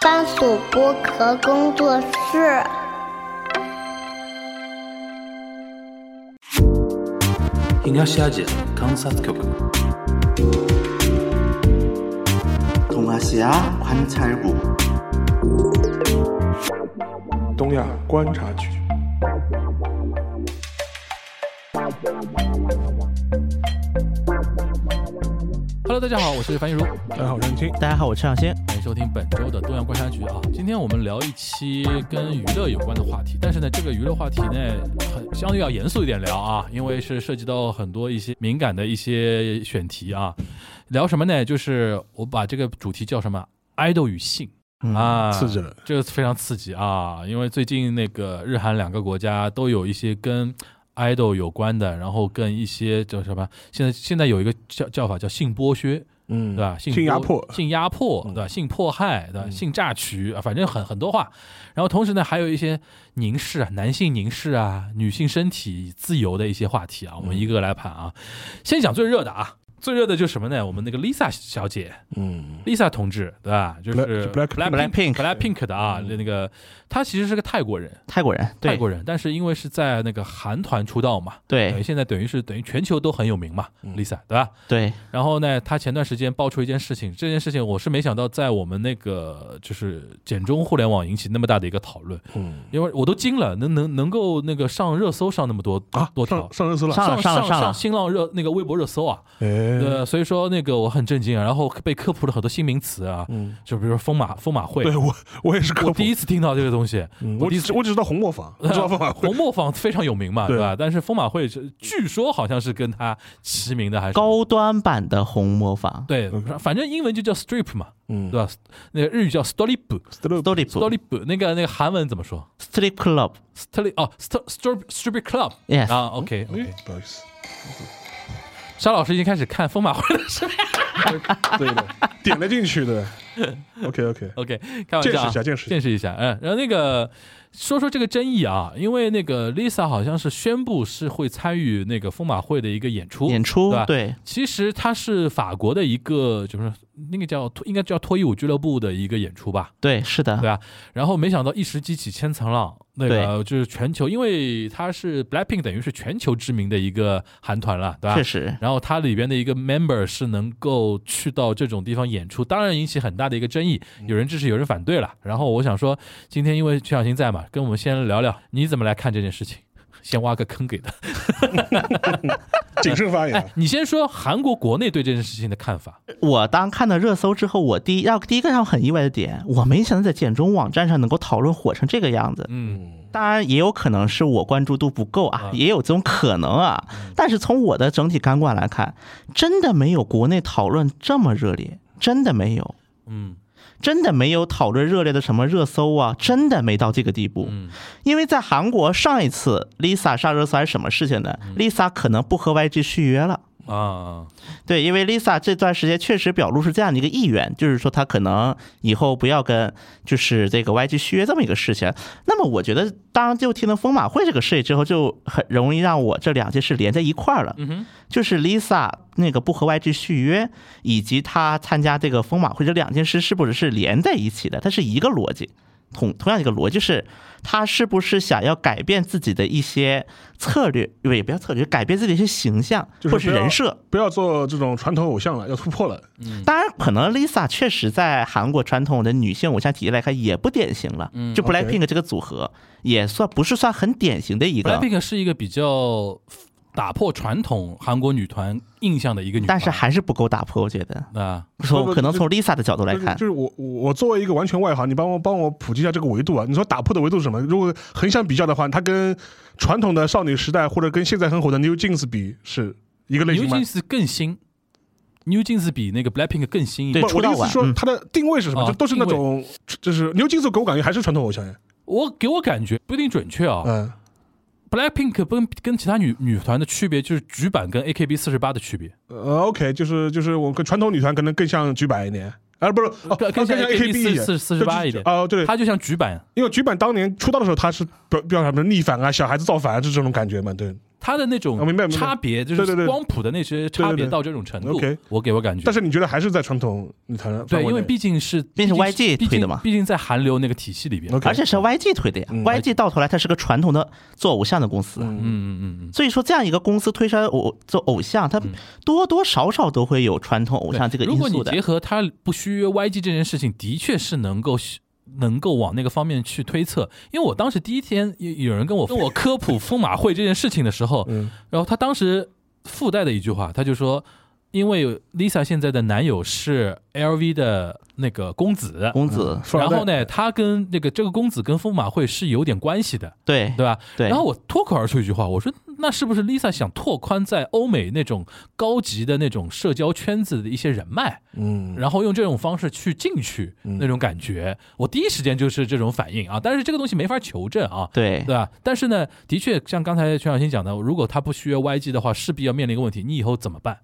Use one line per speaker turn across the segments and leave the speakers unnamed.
番薯剥壳工作室。
東アジア観察局
동아시아관찰국
东亚观察局。
Hello，大家好，我是樊玉茹，
大家好，我是任青。
大家好，我是尚先。
欢迎收听本周的东阳观察局啊。今天我们聊一期跟娱乐有关的话题，但是呢，这个娱乐话题呢，很相对要严肃一点聊啊，因为是涉及到很多一些敏感的一些选题啊。聊什么呢？就是我把这个主题叫什么？idol 与性。啊，
嗯刺激了
这个非常刺激啊！因为最近那个日韩两个国家都有一些跟 idol 有关的，然后跟一些叫什么，现在现在有一个叫叫法叫性剥削，
嗯
对吧？性
性压
剥
迫嗯
性压迫，对吧？性迫害，对吧？性榨取，啊，反正很很多话。然后同时呢，还有一些凝视啊，男性凝视啊，女性身体自由的一些话题啊，
嗯
我们一个个来盘啊。先讲最热的啊，最热的就是什么呢？我们那个 Lisa 小姐，
嗯
Lisa 同志，对吧？就是
Black-
Pink
Blackpink
Black Pink 的啊，那个他其实是个泰国人，
泰国人，
泰
对
国人，哎但是因为是在那个韩团出道嘛，等于
对
现在等于是等于全球都很有名嘛，Lisa 对吧？
对，
然后呢，他前段时间爆出一件事情，这件事情我是没想到在我们那个就是简中互联网引起那么大的一个讨论，
嗯
因为我都惊了，能能能够那个上热搜上那么多
啊，
多条
上。上热搜了，
上了
上
了上了
新浪热那个微博热搜啊，
哎，
呃，所以说那个我很震惊啊，然后被科普了很多新名词啊，
嗯，
就比如说疯马疯马会，
对我我也是科
我
普，
第一次听到这个东西，
嗯
我
我
第一
只
次
我只知道红磨坊，不知道方法会
红磨坊非常有名嘛，
对
对吧？但是疯马会是据说好像是跟它齐名的，还是
高端版的红磨坊
对，反正英文就叫 strip 嘛，
嗯
对吧？那个日语叫 stolip，stolip，
，Strip
那个那个韩文怎么说
Strip Club，
？stolip 哦，st strip strip club
Yes
啊，OK，
哎，不好意思，
沙老师已经开始看疯马会了，是吧
对的，点了进去的。OK OK，
OK，开玩笑、啊，
见识一下见识一下
见识一下。嗯，然后那个说说这个争议啊，因为那个 Lisa 好像是宣布是会参与那个疯马会的一个演出，
演出
对吧？
对
其实她是法国的一个，就是那个叫应该叫脱衣舞俱乐部的一个演出吧，
对是的
对，吧？然后没想到一石激起千层浪，那个就是全球，因为她是 Blackpink 等于是全球知名的一个韩团了，对吧？
确实
然后它里边的一个 member 是能够去到这种地方演出，当然引起很大的一个争议，有人支持，有人反对了。然后我想说，今天因为曲小新在嘛，跟我们先聊聊你怎么来看这件事情， 先挖个坑给他。
谨慎发言。啊
你先说韩国国内对这件事情的看法，
我当看到热搜之后，我第一让第一个让我很意外的点，我没想到在简中网站上能够讨论火成这个样子。
嗯
当然也有可能是我关注度不够啊，也有这种可能啊。
嗯
但是从我的整体感官来看，真的没有国内讨论这么热烈，真的没有。
嗯
真的没有讨论热烈的什么热搜啊，真的没到这个地步。
嗯
因为在韩国上一次 Lisa 上热搜还是什么事情呢？Lisa 可能不和 YG 续约了。
啊
对，因为 Lisa 这段时间确实表露是这样的一个意愿，就是说她可能以后不要跟就是这个 YG 续约这么一个事情。那么我觉得，当就听了疯马会这个事情之后，就很容易让我这两件事连在一块儿了。
嗯哼
就是 Lisa 那个不和 YG 续约，以及她参加这个疯马会这两件事，是不是是连在一起的？它是一个逻辑，同同样一个逻辑是，她是不是想要改变自己的一些策略，也不要策略，改变自己的一些形象
就是
或是
不要
人设。
不要做这种传统偶像了，要突破了。
当然，可能 Lisa 确实在韩国传统的女性偶像体系来看也不典型了，就
OK
BLACKPINK 这个组合也算不是算很典型的一个，
，BLACKPINK 是一个比较打破传统韩国女团印象的一个女团，
但是还是不够打破，我觉得。
啊
不不
从可能
就
从 Lisa 的角度来
就是
看
就，是我我我作为一个完全外行，你帮我帮我普及一下这个维度啊。你说打破的维度是什么？如果横向比较的话，它跟传统的少女时代或者跟现在很火的 New Jeans 比是一个类
，New
型吗？
Jeans 更新，New Jeans 比那个 BLACKPINK 更新一点
对。
不，我的意思是
出道
说
晚
它的定位是什么？
哦
就都是那
定位
种就是 New Jeans 给我感觉还是传统偶像呀。
我给我感觉不一定准确啊，
嗯
Blackpink 跟跟其他女女团的区别就是局版跟 AKB 四十八的区别，
呃，OK，就是就是我跟传统女团可能更像橘白一点。啊，不是，哦，
更更
更
像 AKB
一点
四四十八一点
哦，对，
它就像局版。
因为橘版当年出道的时候，他是表表什么逆反啊，小孩子造反啊，就这种感觉嘛，对，
它的那种
啊明白明白
差别，就
对对
是
对
光谱的那些差
对对
别
对
到这种程度
OK，
我给我感觉。
但是你觉得还是在传统女团范
对，
围
因为
内
毕竟是毕
竟是
毕
YG 推的嘛
毕竟在韩流那个体系里边，
OK
而且是 YG 推的呀、
嗯
y g 到头来它是个传统的做偶像的公司啊、
嗯嗯嗯嗯，
所以说这样一个公司推出来偶做偶像，它多多少少都会有传统偶像这个
如
因
果你
素的
结。合他不续约 YG 这件事情，的确是能够能够往那个方面去推测。因为我当时第一天有有人跟我跟我科普疯马会这件事情的时候，
嗯
然后他当时附带的一句话，他就说，因为 Lisa 现在的男友是 LV 的那个公子。
公子，
富二
然
代
后呢，他跟那个这个公子跟疯马会是有点关系的，
对
对吧？
对
然后我脱口而出一句话，我说：“那是不是 Lisa 想拓宽在欧美那种高级的那种社交圈子的一些人脉，
嗯，
然后用这种方式去进去那种感觉？”我第一时间就是这种反应啊，但是这个东西没法求证啊。
对
对吧？但是呢，的确像刚才全小新讲的，如果他不续约 YG 的话，势必要面临一个问题：你以后怎么办？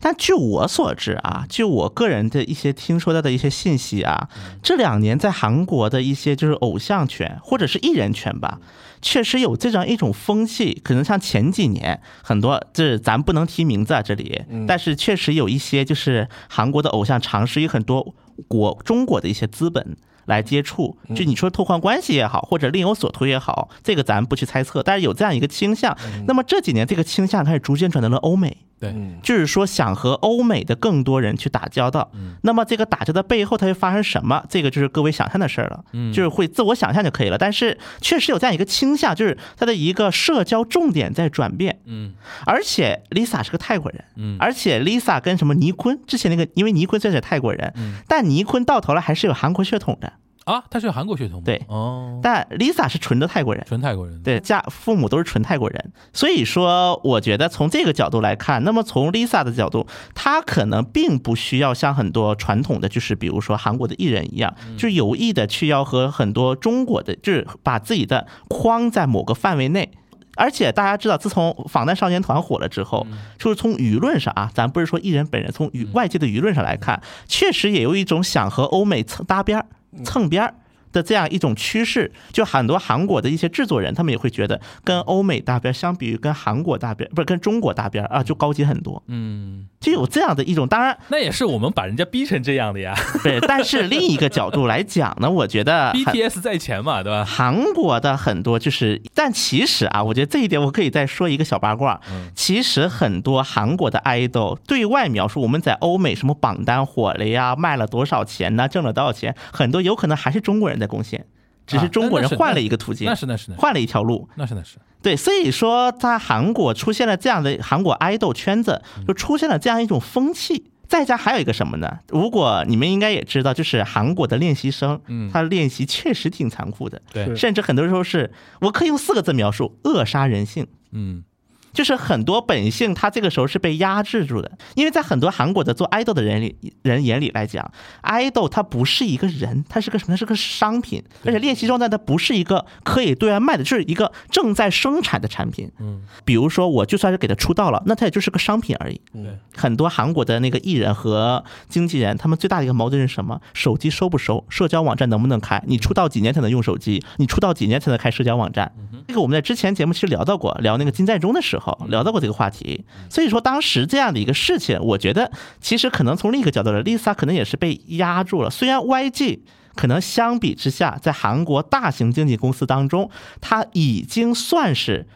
但据我所知啊，据我个人的一些听说到的一些信息啊，这两年在韩国的一些就是偶像圈或者是艺人圈吧，确实有这样一种风气。可能像前几年很多，这咱不能提名字啊，这里，但是确实有一些就是韩国的偶像尝试与很多国中国的一些资本。来接触，就你说拓宽关系也好，或者另有所图也好，这个咱不去猜测，但是有这样一个倾向。那么这几年这个倾向开始逐渐转到了欧美，
对，
就是说想和欧美的更多人去打交道。
嗯
那么这个打交道背后它会发生什么？这个就是各位想象的事儿了，
嗯
就是会自我想象就可以了。但是确实有这样一个倾向，就是它的一个社交重点在转变。
嗯
而且 Lisa 是个泰国人，
嗯
而且 Lisa 跟什么尼坤之前那个，因为尼坤虽然是泰国人，
嗯
但尼坤到头来还是有韩国血统的，
啊，他是有韩国血统吗？
对
哦，
但 Lisa 是纯的泰国人。
纯泰国人。
对，家父母都是纯泰国人，所以说我觉得从这个角度来看，那么从 Lisa 的角度，她可能并不需要像很多传统的，就是比如说韩国的艺人一样，就有意的去要和很多中国的，就是把自己的框在某个范围内。而且大家知道，自从防弹少年团火了之后，就是从舆论上啊，咱不是说艺人本人，从舆外界的舆论上来看，确实也有一种想和欧美蹭搭边儿、蹭边儿的这样一种趋势。就很多韩国的一些制作人，他们也会觉得跟欧美搭边儿相比于跟韩国搭边儿，不是跟中国搭边儿啊，就高级很多，
嗯，
就有这样的一种。当然，
那也是我们把人家逼成这样的 呀。
不是，但是另一个角度来讲呢，我觉得很
BTS 在前嘛，对吧？
韩国的很多就是，但其实啊，我觉得这一点我可以再说一个小八卦。其实很多韩国的 idol 对外描述我们在欧美什么榜单火了呀，卖了多少钱呐，挣了多少钱，很多有可能还是中国人在贡献，只是
啊
中国人
那那是
换了一个途径，
那是那是那是
换了一条路。
那是那是，
对，所以说在韩国出现了这样的韩国 idol 圈子，
嗯
就出现了这样一种风气。再加还有一个什么呢？如果你们应该也知道，就是韩国的练习生，
嗯
他练习确实挺残酷的，
对，
甚至很多时候是我可以用四个字描述：扼杀人性。
嗯
就是很多本性，它这个时候是被压制住的，因为在很多韩国的做爱豆的人里人眼里来讲，爱豆他不是一个人，他是个什么？他是个商品，而且练习状态它不是一个可以对外卖的，就是一个正在生产的产品。
嗯，
比如说我就算是给他出道了，那他也就是个商品而已。
对，
很多韩国的那个艺人和经纪人，他们最大的一个矛盾是什么？手机收不收？社交网站能不能开？你出道几年才能用手机？你出道几年才能开社交网站？这个我们在之前节目其实聊到过，聊那个金在中的时候聊到过这个话题。所以说当时这样的一个事情，我觉得其实可能从另一个角度来，Lisa 可能也是被压住了。虽然 YG。可能相比之下，在韩国大型经纪公司当中，它已经算是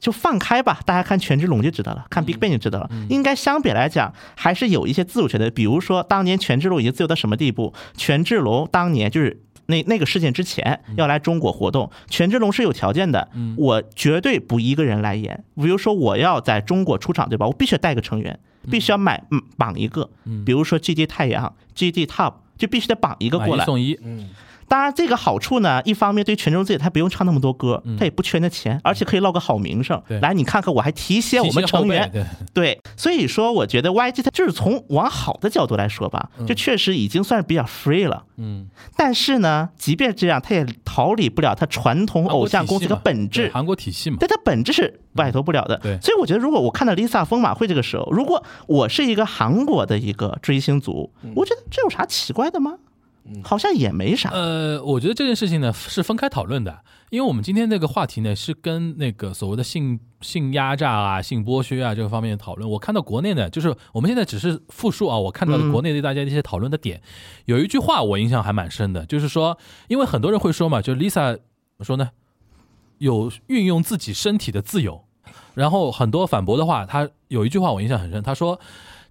就放开吧，大家看权志龙就知道了，看 BigBang 就知道了。应该相比来讲，还是有一些自主权的。比如说，当年权志龙已经自由到什么地步？权志龙当年就是。那那个事件之前要来中国活动，权志龙是有条件的，我绝对不一个人来演。比如说我要在中国出场，对吧？我必须要带个成员，必须要买嗯绑一个，比如说 GD 太阳、GD Top，就必须得绑一个
买
过
一
来。
送一，
当然，这个好处呢，一方面对权中自己，他不用唱那么多歌，他也不缺那钱，而且可以落个好名声。
嗯对
来，你看看，我还提携我们
提携后
成
辈
员。
对，
对，所以说我觉得 YG 它就是从往好的角度来说吧，就确实已经算是比较 free 了。
嗯，
但是呢，即便这样，它也逃离不了它传统偶像公司的本
对
质。
韩国体系嘛，
但它本质是摆脱不了的。
对
所以我觉得，如果我看到 Lisa 疯马会这个时候，
嗯
如果我是一个韩国的一个追星族，我觉得这有啥奇怪的吗？好像也没啥。
呃，我觉得这件事情呢是分开讨论的，因为我们今天这个话题呢是跟那个所谓的性性压榨啊、性剥削啊这个方面的讨论。我看到国内呢，就是我们现在只是复述啊，我看到的国内对大家的一些讨论的点，有一句话我印象还蛮深的，就是说，因为很多人会说嘛，就 Lisa 怎么说呢，有运用自己身体的自由，然后很多反驳的话，他有一句话我印象很深，他说。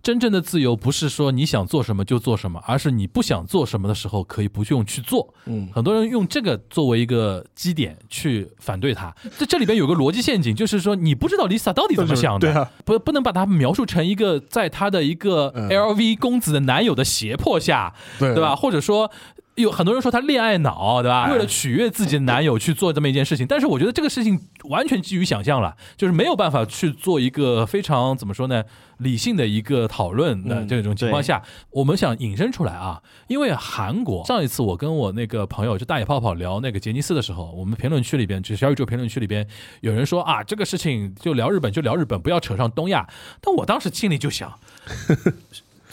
真正的自由不是说你想做什么就做什么，而是你不想做什么的时候可以不用去做。嗯，很多人用这个作为一个基点去反对他。这这里边有个逻辑陷阱，就是说你不知道 Lisa 到底怎么想的，
对啊
不不能把她描述成一个在她的一个
嗯
LV 公子的男友的胁迫下，
对
对吧？或者说。有很多人说她恋爱脑，对吧？为了取悦自己的男友去做这么一件事情，但是我觉得这个事情完全基于想象了，就是没有办法去做一个非常怎么说呢理性的一个讨论的这种情况下，我们想引申出来啊，因为韩国上一次我跟我那个朋友就大野泡泡聊那个杰尼斯的时候，我们评论区里边，就小宇宙评论区里边有人说啊，这个事情就聊日本就聊日本，不要扯上东亚。但我当时心里就想，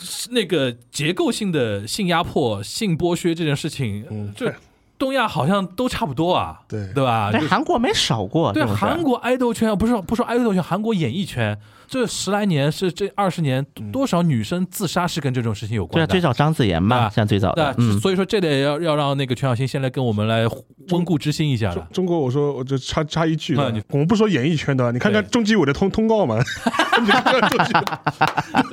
那个结构性的性压迫、性剥削这件事情，就东亚好像都差不多啊，
对
对吧？
但
就
韩国没少过这
对
种事儿，
韩国爱豆圈，不是不说爱豆圈，韩国演艺圈这十来年是这二十年，多少女生自杀是跟这种事情有
对啊，
关的
最。早张子妍嘛，
啊
像最早
对啊
的，，嗯，
所以说这得要要让那个全小新先来跟我们来温故知新一下了。
中国，我说我就插插一句
啊嗯你，
我们不说演艺圈的啊，你看看
对
中纪委的通通告 嘛，你看看中纪委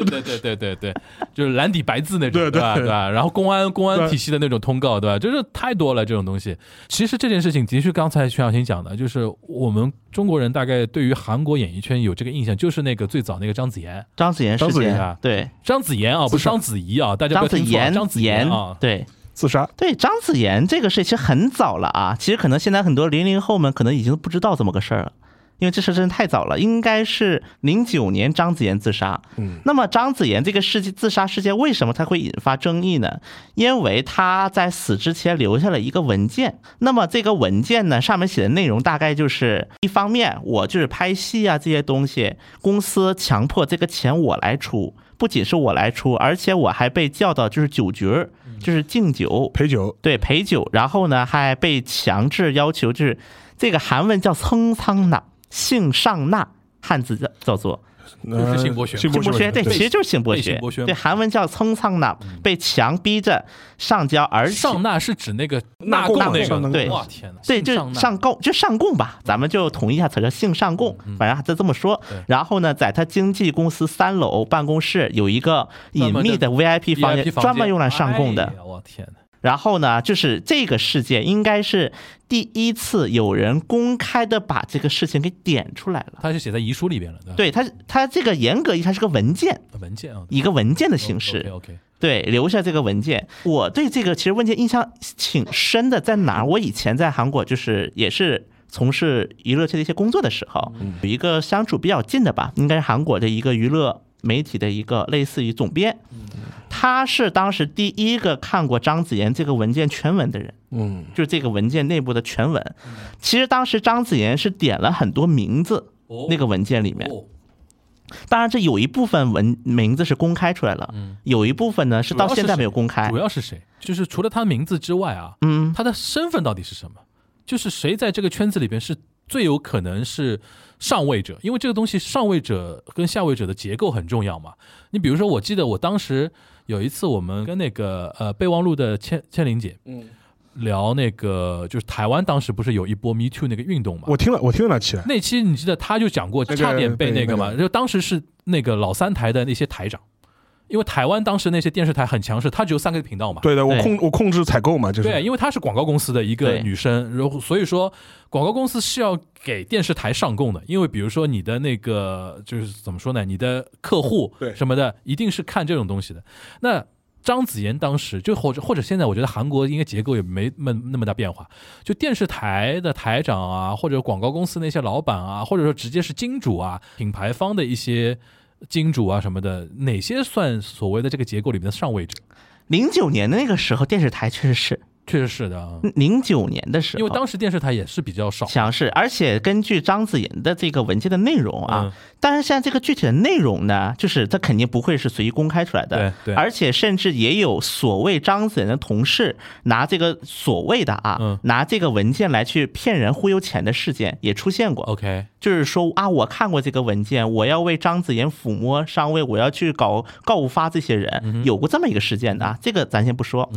对对对对对对，就是蓝底白字那种，
对
对吧？
对
对吧？然后公安公安
对
体系的那种通告，对吧？就是太多了这种东西。其实这件事情的确刚才全小新讲的，就是我们中国人大概对于韩国演艺圈有这个印象，就是那个最早那个张子妍，
张子妍事
张子妍
件
啊，
对，
张子妍啊，不是
自杀
章子怡啊，大家不要
张子
听错啊，
妍，
张子妍啊，
对。
自杀，
对张子妍这个事其实很早了啊，其实可能现在很多零零后们可能已经不知道这么个事儿了，因为这事真的太早了，应该是零九年张子妍自杀。嗯，那么张子妍这个事件自杀事件为什么它会引发争议呢？因为她在死之前留下了一个文件，那么这个文件呢上面写的内容大概就是一方面我就是拍戏啊这些东西，公司强迫这个钱我来出。不仅是我来出，而且我还被叫到就是酒局儿，就是敬酒，
陪酒，
对陪酒，然后呢还被强制要求，就是这个韩文叫蹭桑娜，性上纳，汉字叫叫做
呃
就是性剥削
性
性剥
削，
削，对，其实就是性剥
被性
削
剥削，嘛
对，韩文叫蹭桑娜，被强逼着上交，而且
上纳是指那个
纳
贡
贡
那
上
个，
纳
对
哇天哪，
对，
姓
就是
纳
上供，就上供吧，咱们就统一一下词儿叫性上供，反正他这么说
嗯对。
然后呢，在他经纪公司三楼办公室有一个隐秘的
专
VIP 房间，
VIP 房间
专门用来上供的
哎。呀我天哪，
然后呢，就是这个事件应该是第一次有人公开的把这个事情给点出来了。
他是写在遗书里边了，对吧
对他，他这个严格意义上是个文件，
文件啊
一个文件的形式。
OK，
对，留下这个文件。我对这个其实文件印象挺深的，在哪儿？我以前在韩国就是也是从事娱乐界的一些工作的时候，有一个相处比较近的吧，应该是韩国的一个娱乐媒体的一个类似于总编，他是当时第一个看过张子妍这个文件全文的人。
嗯，
就是这个文件内部的全文，其实当时张子妍是点了很多名字
哦，
那个文件里面，
哦
当然，这有一部分文名字是公开出来了，
嗯
有一部分呢是到现在没有公开
主。要是谁？就是除了他名字之外啊，
哎嗯，
他的身份到底是什么？就是谁在这个圈子里边是最有可能是上位者？因为这个东西上位者跟下位者的结构很重要嘛。你比如说，我记得我当时有一次我们跟那个呃备忘录的千千玲姐，嗯。聊那个就是台湾当时不是有一波 Me Too 那个运动嘛？
我听了，我听了那期，
那期你记得他就讲过，
那个
差点被那个嘛，
被那
就当时是那个老三台的那些台长，因为台湾当时那些电视台很强势，它只有三个频道嘛。
对的，我
对
控我控制采购嘛，就是
对，因为她是广告公司的一个
对
女生，然后所以说广告公司是要给电视台上供的，因为比如说你的那个就是怎么说呢，你的客户
对
什么的，一定是看这种东西的。那张子妍当时就或者或者现在，我觉得韩国应该结构也没那那么大变化，就电视台的台长啊，或者广告公司那些老板啊，或者说直接是金主啊、品牌方的一些。金主啊什么的，哪些算所谓的这个结构里面的上位者？
零九年的那个时候，电视台确实是
确实是的，啊
零九年的时候，
因为当时电视台也是比较少，
强势，而且根据张子妍的这个文件的内容啊，
嗯
但是现在这个具体的内容呢，就是它肯定不会是随意公开出来的，
对对
而且甚至也有所谓张子妍的同事拿这个所谓的啊，
嗯
拿这个文件来去骗人忽悠钱的事件也出现过。
OK，
就是说啊，我看过这个文件，我要为张子妍抚摸上位，我要去搞告发这些人，有过这么一个事件的啊。这个咱先不说，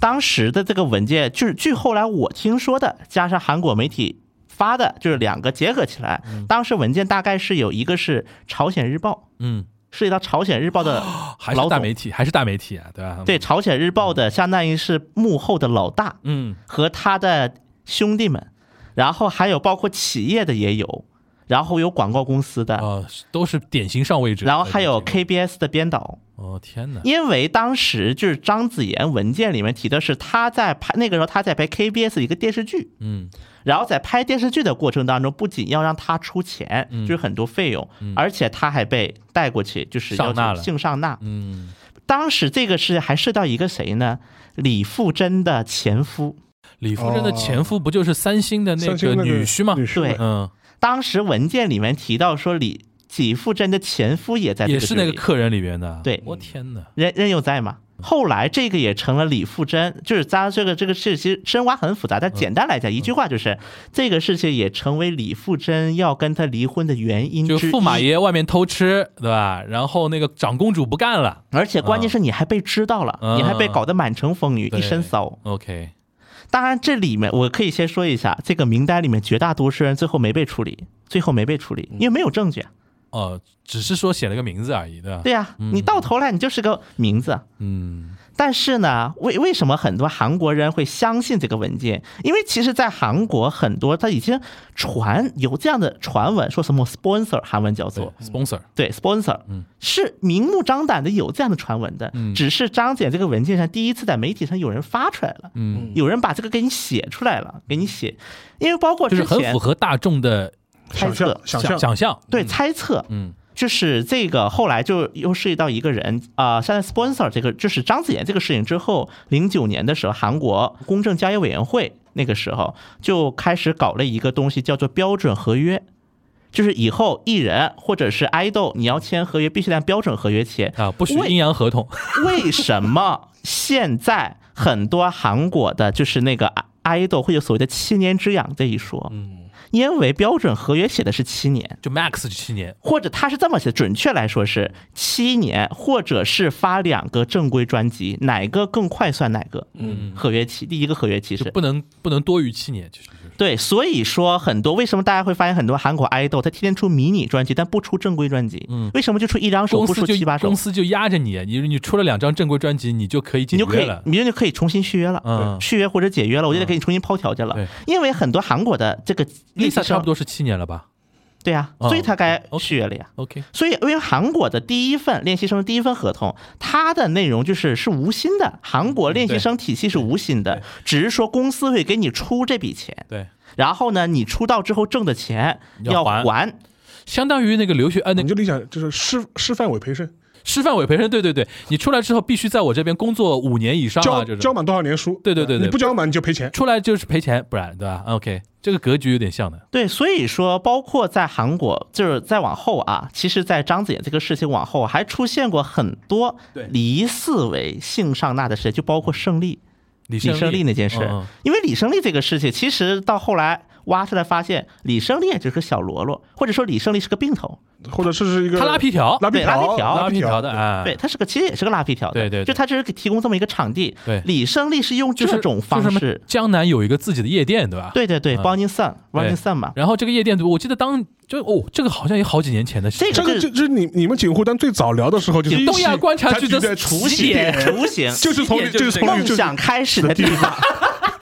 当时的这个文件就是据后来我听说的，加上韩国媒体。发的就是两个结合起来，当时文件大概是有一个是《朝鲜日报
嗯，》，
涉及到《朝鲜日报》的
还
老
是大
总
媒体，还是大媒体啊，对吧？
对，《朝鲜日报》的相当于是幕后的老大，
嗯，
和他的兄弟们，然后还有包括企业的也有，然后有广告公司的，
啊，都是典型上位者，
然后还有
在这个
KBS 的编导，
哦天哪，
因为当时就是张子妍文件里面提的是他在拍那个时候他在拍 KBS 一个电视剧，
嗯
然后在拍电视剧的过程当中，不仅要让他出钱，
嗯
就是很多费用，而且他还被带过去，就是要
上纳
求
了
性上纳。
嗯，
当时这个是还涉及到一个谁呢？李富真的前夫。
李富真的
哦
前夫不就是三星的那
三星那个
女婿吗？
女婿
对
嗯，
当时文件里面提到说李李富真的前夫也在这
也
个
是
局
那
里，
个客人里边的，
对
我天哪，
任任佑在嘛。后来这个也成了李富真，就是咱这个这个事情深挖很复杂，
嗯
但简单来讲，一句话就是、这个事情也成为李富真要跟他离婚的原因之
就
一。
驸马，爷外面偷吃，对吧？然后那个长公主不干了
而且关键是你还被知道了，
啊嗯
你还被搞得满城风雨，
对
一身骚。
，OK，
当然，这里面我可以先说一下，这个名单里面绝大多数人最后没被处理，最后没被处
嗯
理，因为没有证据啊。
哦，只是说写了个名字而已，对吧？
对呀、你到头来你就是个名字。啊
嗯
但是呢，为为什么很多韩国人会相信这个文件？因为其实，在韩国很多他已经传有这样的传闻，说什么 sponsor，韩文叫
对嗯
做
，sponsor，
对嗯 sponsor，是明目张胆的有这样的传闻的，
嗯
只是张姐这个文件上第一次在媒体上有人发出来了，
嗯，
有人把这个给你写出来了，给你写，因为包括
就
之
是很
前
符合大众的
猜
想
测
象，想象，
想象，
对猜测，
嗯
就是这个后来就又涉及到一个人啊、呃现在 sponsor 这个就是张子妍这个事情之后，零九年的时候，韩国公正交易委员会那个时候就开始搞了一个东西叫做标准合约。就是以后艺人或者是爱豆，你要签合约，必须按标准合约签
啊，不许
为
阴阳合同，
为什么现在很多韩国的，就是那个 i- idol 会有所谓的七年之痒这一说？
嗯
因为标准合约写的是七年，
就 max 七年，
或者他是这么写，准确来说是七年，或者是发两个正规专辑，哪个更快算哪个。嗯，合约期，第一个合约期。
就是不能不能多于七年，其实就是
对，所以说很多为什么大家会发现很多韩国 idol 他天天出迷你专辑，但不出正规专辑，嗯，为什么就出一两首，
公
不
司
出
就
七八首
公，司就压着你，你你出了两张正规专辑，你就可以解
你就可
约
以
了，
你就可以重新续约了，
嗯
续约或者解约了，我就得给你重新抛条件了，
对
因为很多韩国的这个历史
Lisa
上
差不，多是七年了吧
对呀、
嗯
所以他该
，OK
续约了呀。
？OK，
所以，因为韩国的第一份练习生的第一份合同，它的内容就是是无薪的。韩国练习生体系是无薪的，只是说公司会给你出这笔钱，
对，
然后呢，你出道之后挣的钱
要
要
还
还。
相当于那个留学呃那
嗯
你就理想就是师师范委培生，
师范委培生，对对对，你出来之后必须在我这边工作五年以上啊，
交
这
交
种
满多少年书？
对对对对
你不交满你就赔钱。
出来就是赔钱，不然对吧？OK，这个格局有点像的，
对，所以说，包括在韩国，就是再往后啊，其实，在张子妍这个事情往后，还出现过很多
对
疑似为性上纳的事，就包括胜利。
李
李胜
利
利那件事
嗯嗯，
因为李胜利这个事情，其实到后来挖出来发现，李胜利也啊就是个小喽啰，或者说李胜利是个病头，
或者是是一个
他拉皮条
拉皮
对拉皮条
条，
拉皮条
条
的，啊，
对，，他是个其实也是个拉皮条的，
对对对
就他只是给提供这么一个场地，
对
李胜利是用
就是
这种方
就是什
式
么，江南有一个自己的夜店，对吧？。
对对对
嗯
，Bonnie Sun，Bonnie Sun 嘛，
然后这个夜店，我记得当就哦，这个好像也好几年前的事情。
这
这个就就是你你们警护单最早聊的时候，就是
东亚观察
它
局
就
的
在雏
起
形
点，
雏形，
就是从
起点
就是
就是这个
从
梦
就是
想开始的
地
地
方
方。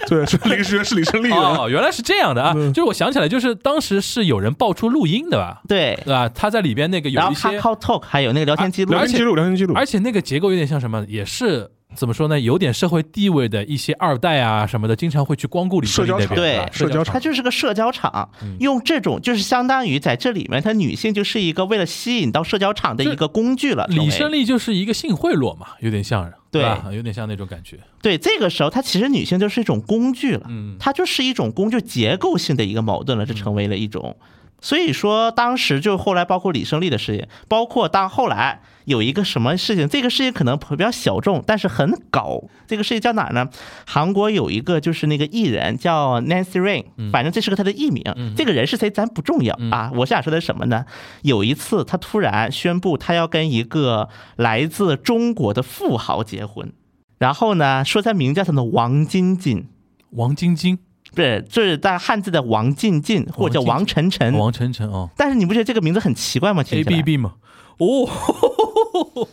对，是临时是李胜利的，
哦，原来是这样的啊！
嗯
就是我想起来，就是当时是有人爆出录音的吧？
对
对，吧？他在里 边那个有
然后
一些，
Kakao Talk 还有那个聊天记录
啊
聊
而
天
且
记录，聊天记录，
而且那个结构有点像什么，也是怎么说呢，有点社会地位的一些二代啊什么的，经常会去光顾李
社
正英那边，
交场
对吧
对
社
社交
交
场
它就是个社交场，
嗯
用这种就是相当于在这里面，它女性就是一个为了吸引到社交场的一个工具了。
李
成
胜
为
利就是一个性贿赂嘛，有点像，
对
吧？有点像那种感觉。
对这个时候，它其实女性就是一种工具了，
嗯
它就是一种工具结构性的一个矛盾了，这成为了一种。所以说，当时就后来包括李胜利的事情，包括当后来有一个什么事情，这个事情可能比较小众，但是很搞。这个事情叫哪儿呢？韩国有一个就是那个艺人叫 Nancy Rain，反正这是个他的艺名。这个人是谁咱不重要啊。我想说的是什么呢？有一次他突然宣布他要跟一个来自中国的富豪结婚，然后呢说他名叫什么王晶晶。
王晶晶、
不是，就是在汉字的王进进或者叫王晨晨。
王晨晨哦
但是你不觉得这个名字很奇怪吗？听
，A
起来
B B 嘛，哦，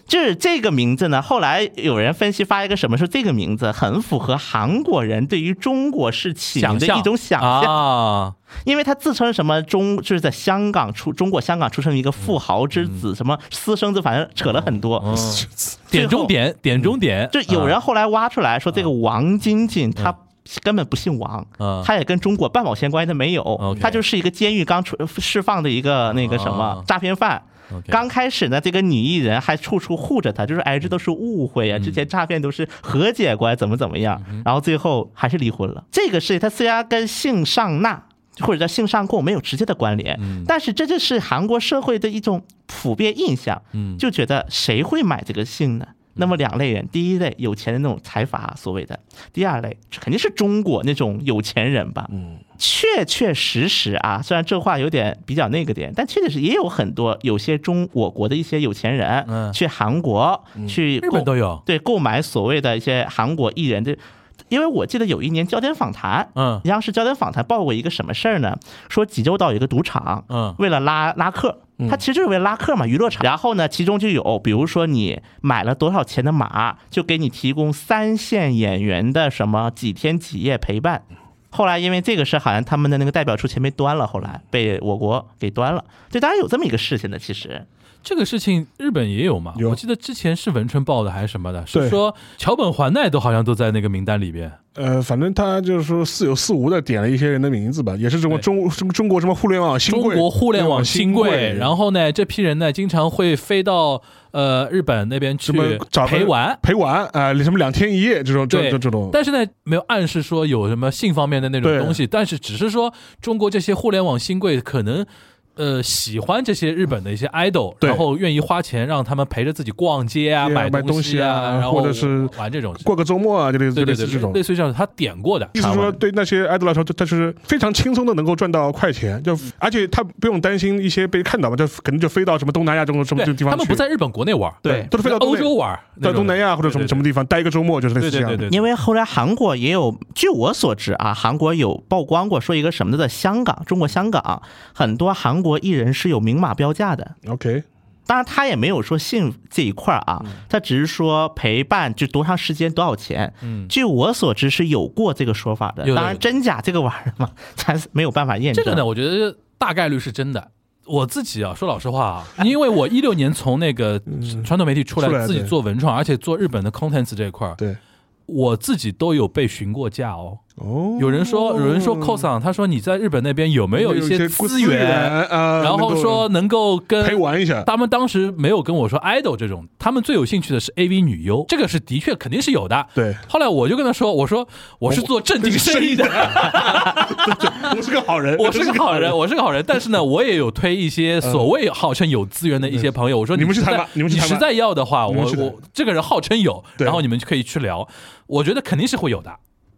就是这个名字呢。后来有人分析发一个什么，说这个名字很符合韩国人对于中国式起名
想
的
象
一种想象，
啊，
因为他自称什么中，就是在香港出中国香港出生一个富豪之子，什么私生子，反正扯了很 多。
嗯，点中点，点中点，
就有人
啊
后来挖出来说，这个王晶晶她根本不姓王
嗯，
她也跟中国半毛钱关系都没有
OK，
她就是一个监狱刚出呃释放的一个那个什么
啊
诈骗犯。
OK
刚开始呢，这个女艺人还处处护着他，就是哎，这都是误会
嗯
呀、之前诈骗都是和解过，怎么怎么样，然后最后还是离婚了。这个事情它虽然跟性上纳或者叫性上供没有直接的关联，
嗯
但是这就是韩国社会的一种普遍印象，
嗯
就觉得谁会买这个性呢？那么两类人，第一类有钱的那种财阀所谓的，第二类肯定是中国那种有钱人吧，
嗯
确确实实啊，虽然这话有点比较那个点，但确确实也有很多有些中我国的一些有钱人，
嗯
去韩国、去
日本
购
都有，
对购买所谓的一些韩国艺人的，因为我记得有一年焦点访谈，
嗯
央视焦点访谈报过一个什么事儿呢？说济州岛有一个赌场，
嗯
为了拉拉客。它其实就是为了拉客嘛，娱乐嗯场。然后呢，其中就有，比如说你买了多少钱的马，就给你提供三线演员的什么几天几夜陪伴。后来因为这个事，好像他们的那个代表处前被端了，后来被我国给端了。对，当然有这么一个事情的，其实
这个事情日本也有嘛？
有
我记得之前是文春报的还是什么的，是
对
说桥本环奈都好像都在那个名单里边。
呃，反正他就是说似有似无的点了一些人的名字吧，也是中国
对
中中中国什么互联网新
中
贵，
国互联网新贵，
后
然后呢，这批人呢经常会飞到呃日本那边去
什么找
陪玩。
陪玩啊、呃什么两天一夜这种这
对
这这种，
但是呢，没有暗示说有什么性方面的那种
对
东西，但是只是说中国这些互联网新贵可能，呃，喜欢这些日本的一些 idol，
对
然后愿意花钱让他们陪着自己逛街啊、
对啊买
东
东西
啊，
啊
然后
或者是
玩这种事，
过个周末啊，就类似
对
就
对
类似
对，
这
对
种
类。似于这样他点过的，
意思是说，对那些 idol 来说，他是非常轻松的能够赚到快钱，就
嗯
而且他不用担心一些被看到嘛，就可能就飞到什么东南亚这种什么
对
这种地方
他们
去
不在日本国内玩，
对都是飞到
欧
东
洲
南
玩，那
在
种
东南亚或者什么什么，地啊方待一个周末，就是类
对
似
对对
这
对
样
对，
的。
对
因为后来韩国也有，据我所知啊，韩国有曝光过说一个什么的，在香港，中国香港很多韩国艺人是有明码标价的，
OK，
当然，他也没有说性这一块儿啊，
嗯
他只是说陪伴就多长时间多少钱。
嗯
据我所知是有过这个说法的
有的，
当
有
然
的
真假这个玩意儿嘛， 咱是没有办法验
这
证。
个呢，我觉得大概率是真的。我自己啊，说老实话啊，因为我一六年从那个传统媒嗯体出
出
来，
来
自己
对
做文创，而且做日本的 contents 这一块儿，
对，
我自己都有被询过价哦。
哦，
有人说，有人说 cos 啊，他说你在日本那边有没有一些资
资源
源？
啊，
然后说能够跟
陪玩一下，
他们当时没有跟我说 idol 这种，他们最有兴趣的是 AV 女优，这个是的确肯定是有的。
对
后来我就跟他说，我说我是做正经生 意的，
我是个好 人，
我是个好 人，我是个好人，但是呢，我也有推一些所谓号称有资源的一些朋友，我说
嗯你们去
实在
谈吧你们去谈吧
实在要的话，
你们
我
去谈
我这个人号称有，
对
然后你们就可以去聊，我觉得肯定是会有的，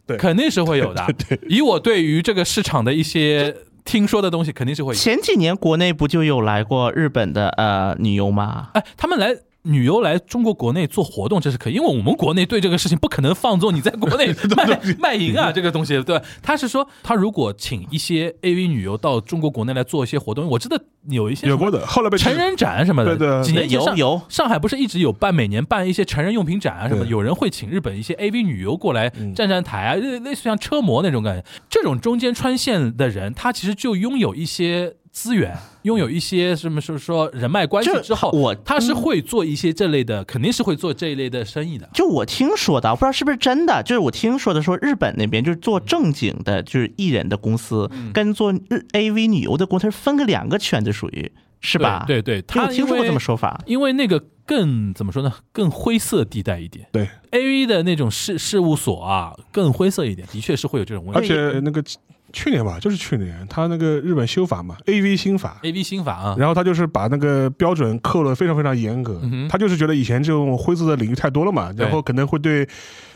对
肯定是会有的。以我对于这个市场的一些听说的东西，肯定是会有。
前几年国内不就有来过日本的呃女优吗？
哎，他们来。旅游来中国国内做活动，这是可以，因为我们国内对这个事情不可能放纵你在国 内卖卖淫啊，这个东西，对吧？他是说，他如果请一些 AV 女优到中国国内来做一些活动，我知道有一些
有过的，后来被
成人展什么的，
对对
几年前
有
上
有
上海不是一直有办，每年办一些成人用品展啊什么的，
对
有人会请日本一些 AV 女优过来
嗯
站站台啊，类类似像车模那种感觉。这种中间穿线的人，他其实就拥有一些资源，拥有一些什么是说人脉关系
这
之后，
我嗯
他是会做一些这类的，肯定是会做这一类的生意的。
就我听说的，我不知道是不是真的，就是我听说的，说日本那边就是做正经的，就是艺人的公司，
嗯
跟做日 AV 女优的公司它是分个两个圈子，属于是吧？
对对对
就我
他
听说
因
过
为
这么说法。
因为那个更怎么说呢？更灰色地带一点。
对，
A V 的那种事事务所啊，更灰色一点，的确是会有这种问
而
题。
且那个去年吧，就是去年，他那个日本修法嘛，A V 新法，
A V 新法啊，嗯
然后他就是把那个标准扣了非常非常严格，
哼
他就是觉得以前这种灰色的领域太多了嘛，
对
然后可能会对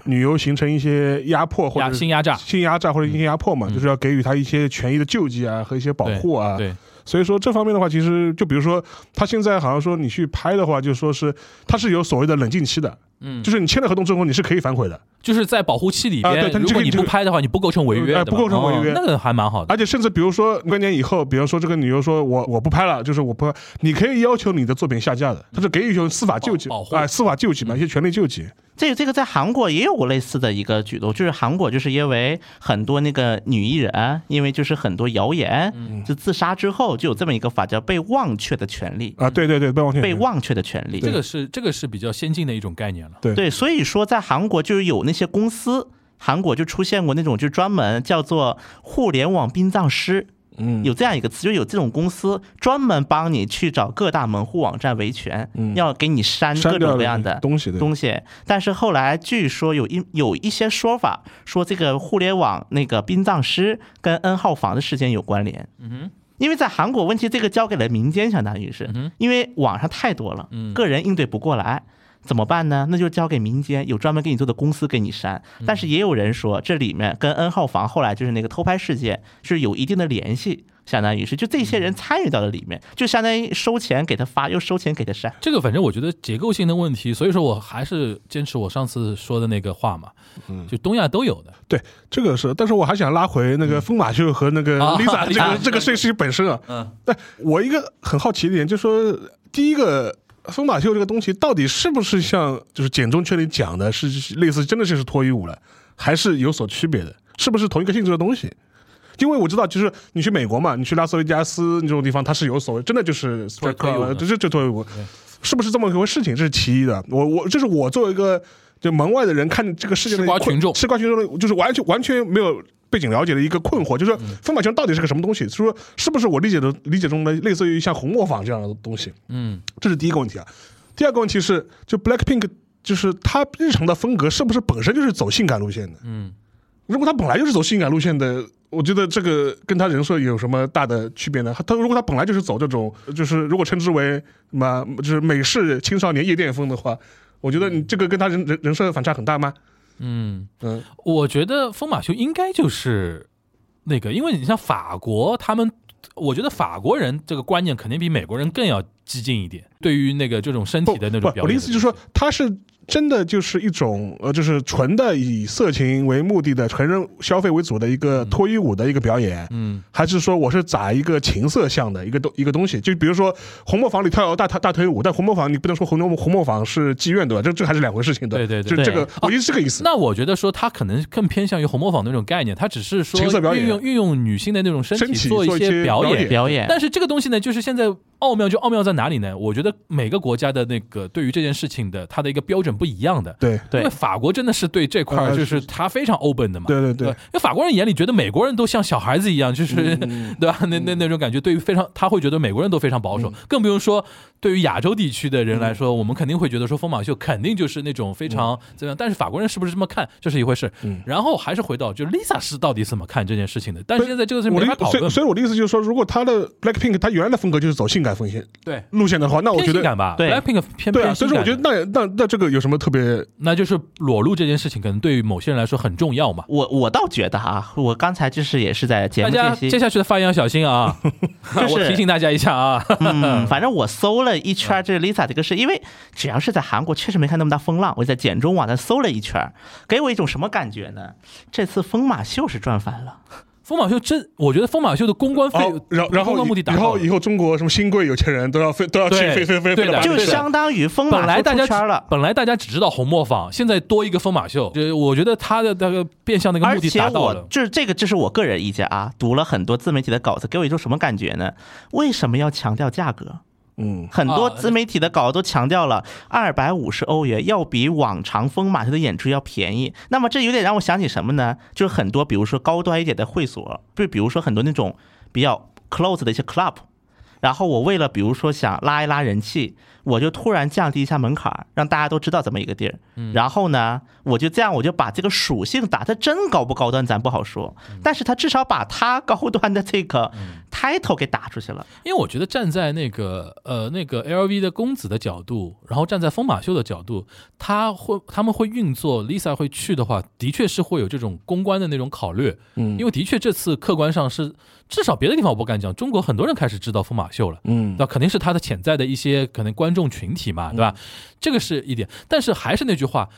女优形成一些压迫或
压
者
新压榨，
性压榨或者一些压迫嘛，就是要给予他一些权益的救济啊和一些保护啊。
对，
所以说这方面的话，其实就比如说他现在好像说你去拍的话，就说是他是有所谓的冷静期的，
嗯，
就是你签了合同之后你是可以反悔的，
就是在保护期里
啊对
边
他，们
如
这个
果你
这
不
个
拍的话，你不构成违约
呃
的嘛，
不构成违约啊
哦那个还蛮好的。
而且甚至比如说关年以后，比如说这个女优说我我不拍了，就是我不，你可以要求你的作品下架的，他是给予一种司法救济
保保护
啊、司法救济嘛，一些权利救济。
这个这个在韩国也有过类似的一个举动，就是韩国就是因为很多那个女艺人，因为就是很多谣
嗯
言，就自杀之后就有这么一个法叫被忘却的权利，
啊，对对对，被忘却
被忘却的权利。
这个是这个是比较先进的一种概念了。
对
对，所以说在韩国就是有那些公司，韩国就出现过那种就专门叫做互联网殡葬师，
嗯
有这样一个词，就有这种公司专门帮你去找各大门户网站维权，
嗯
要给你删
删
各
掉
种各
了
样的
东西对
东西。但是后来据说有一有一些说法，说这个互联网那个殡葬师跟 N 号房的事件有关联。嗯因为在韩国问题，这个交给了民间，相当于是，因为网上太多了，个人应对不过来，怎么办呢？那就交给民间，有专门给你做的公司给你删。但是也有人说，这里面跟 N 号房后来就是那个偷拍事件是有一定的联系，相当于是就这些人参与到了里面，就相当于收钱给他发，又收钱给他删。
这个反正我觉得结构性的问题，所以说我还是坚持我上次说的那个话嘛，
嗯
就东亚都有的。
对，这个是，但是我还想拉回那个疯马秀和那个
嗯啊
Lisa 这个、
Lisa
这个事情本身啊。
嗯，
但我一个很好奇的点，就是说第一个。疯马秀这个东西到底是不是像就是简中圈里讲的，是是类似真的就是脱衣舞了，还是有所区别的？是不是同一个性质的东西？因为我知道，就是你去美国嘛，你去拉斯维加斯这种地方，它是有所谓，真的就是
脱脱衣舞的
这这这脱衣舞，是不是这么一回事情？这是其一的。我我这是我作为一个就门外的人看这个事件的
吃瓜群众
吃瓜群众的，就是完全完全没有背景了解的一个困惑，就是疯马圈到底是个什么东西？就是说是不是我理解的理解中的类似于像红磨坊这样的东西？
嗯，
这是第一个问题啊。第二个问题是，就 Blackpink 就是他日常的风格是不是本身就是走性感路线的？
嗯，
如果他本来就是走性感路线的，我觉得这个跟他人设有什么大的区别呢？他如果他本来就是走这种，就是如果称之为什么，就是美式青少年夜店风的话，我觉得你这个跟他人人人设反差很大吗？嗯
我觉得疯马秀应该就是那个，因为你像法国，他们我觉得法国人这个观念肯定比美国人更要激进一点，对于那个这种身
不
体的那
不
种，表
我的
演
意思就是说，他是真的就是一种呃，就是纯的以色情为目的的成人消费为主的一个脱衣舞的一个表演，
嗯，
还是说我是咋一个情色向的一个东一个东西？就比如说红磨坊里跳大大大腿舞，但红磨坊你不能说红磨红磨坊是妓院对吧？这这还是两回事情的。
对对对哦
就这个
对，
我就是这个意思。
那我觉得说他可能更偏向于红磨坊那种概念，他只是说
情色表演
运用运用女性的那种身
身
体
体
做
做
一
一些
些表
表
演
演，
表演，
但是这个东西呢，就是现在奥妙就奥妙在哪里呢？我觉得每个国家的那个对于这件事情的它的一个标准不一样的。
对
对
因为法国真的是对这块儿
呃
就是他非常 open 的嘛。
对对
对
对
吧，因为法国人眼里觉得美国人都像小孩子一样，就是、
嗯
对吧？那那那种感觉，对于非常他会觉得美国人都非常保守，更不用说对于亚洲地区的人
嗯
来说，我们肯定会觉得说疯马秀肯定就是那种非常怎么样。但是法国人是不是这么看，这是一回事。
嗯
然后还是回到就是 Lisa 是到底怎么看这件事情的？但是现在这个是
我
没
的
法讨
意所
论
以
嘛。
所以我的意思就是说，如果他的 Blackpink 他原来的风格就是走性感风线
对。
路线的话，那我
偏
觉
性
得
感吧，
对
Blackpink 偏
对啊，
偏性
所以说我
感
觉得
的
那那那这个有什么特别？
那就是裸露这件事情，可能对于某些人来说很重要嘛。
我我倒觉得啊，我刚才就是也是在节
大
目
家
间隙
接，下去的发言要小心 啊！
就是
我提醒大家一下啊，
嗯，反正我搜了一圈这 Lisa 这个事，因为只要是在韩国，确实没看那么大风浪。我在简中网站搜了一圈，给我一种什么感觉呢？这次疯马秀是赚翻了，
疯马秀真，我觉得疯马秀的公关费，
哦，然然
公
后
关目的
以
达
后
到了
以后中国什么新贵有钱人都要飞都要去
对
飞飞
对
飞飞
的
了吧，
啊对
就
的
相当于风马
本来大家
出圈了
只。本来大家只知道红磨坊，现在多一个疯马秀，就是我觉得他的那个变相那个
而
目的
且
达到
我
了。
就是这个，这是我个人意见啊。读了很多自媒体的稿子，给我一种什么感觉呢？为什么要强调价格？
嗯，
很多
啊
自媒体的稿都强调了二百五十欧元要比往常疯马秀的演出要便宜。那么这有点让我想起什么呢？就是很多比如说高端一点的会所，就比如说很多那种比较 close 的一些 club。然后我为了比如说想拉一拉人气，我就突然降低一下门槛儿，让大家都知道这么一个地儿。
嗯
然后呢，我就这样我就把这个属性打，它真高不高端咱不好说，
嗯
但是它至少把它高端的这个 title 给打出去了。
因为我觉得站在那个呃那个 LV 的公子的角度，然后站在疯马秀的角度，他会他们会运作，Lisa 会去的话，的确是会有这种公关的那种考虑。嗯，因为的确这次客观上是至少别的地方我不敢讲，中国很多人开始知道疯马秀了。嗯，那肯定是他的潜在的一些可能观众群体嘛，对吧？这个是一点，但是还是那句话。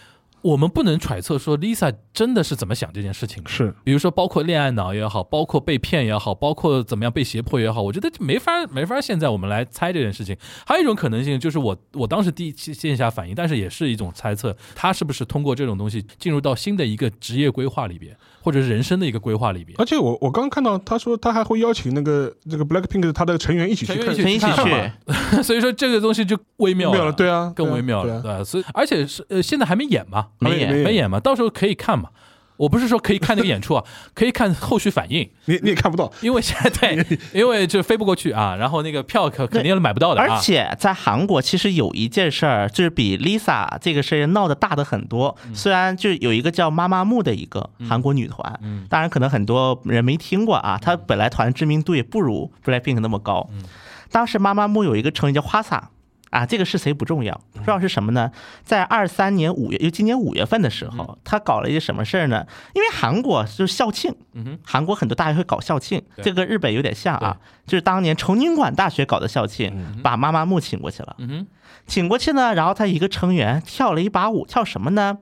我们不能揣测说 Lisa 真的是怎么想这件事情的，
是
比如说包括恋爱脑也好，包括被骗也好，包括怎么样被胁迫也好，我觉得这没法没法。现在我们来猜这件事情，还有一种可能性就是我我当时第一期线下反应，但是也是一种猜测，他是不是通过这种东西进入到新的一个职业规划里边，或者是人生的一个规划里边。
而且我我刚看到他说他还会邀请那个这个 Blackpink 他的成员一起去看，
成员
一起
看
去
嘛， 所以说这个东西就微妙
妙了对啊
更
对啊
微妙
对
了，
啊
对啊，所以而且是呃，现在还没演嘛，
没
没
演
没
没演嘛，到时候可以看嘛。我不是说可以看那个演出啊， 可以看后续反应。
你你也看不到，
因为现在 对，因为就飞不过去啊，然后那个票可肯定是买不到的啊。
而且在韩国，其实有一件事儿，就是比 Lisa 这个事儿闹得大的很多。
嗯
虽然就有一个叫妈妈木的一个韩国女团，
嗯
当然可能很多人没听过啊，她本来团知名度也不如 BLACKPINK 那么高。
嗯
当时妈妈木有一个成员叫花洒。啊，这个是谁不重要，
嗯
重要是什么呢？在二三年五月，就今年五月份的时
嗯
候，她搞了一些什么事儿呢？因为韩国就是校庆，
嗯
韩国很多大学会搞校庆，
对
这跟日本有点像啊，就是当年崇宁馆大学搞的校庆，把妈妈木请过去了，
嗯哼，
请过去呢，然后他一个成员跳了一把舞，跳什么呢？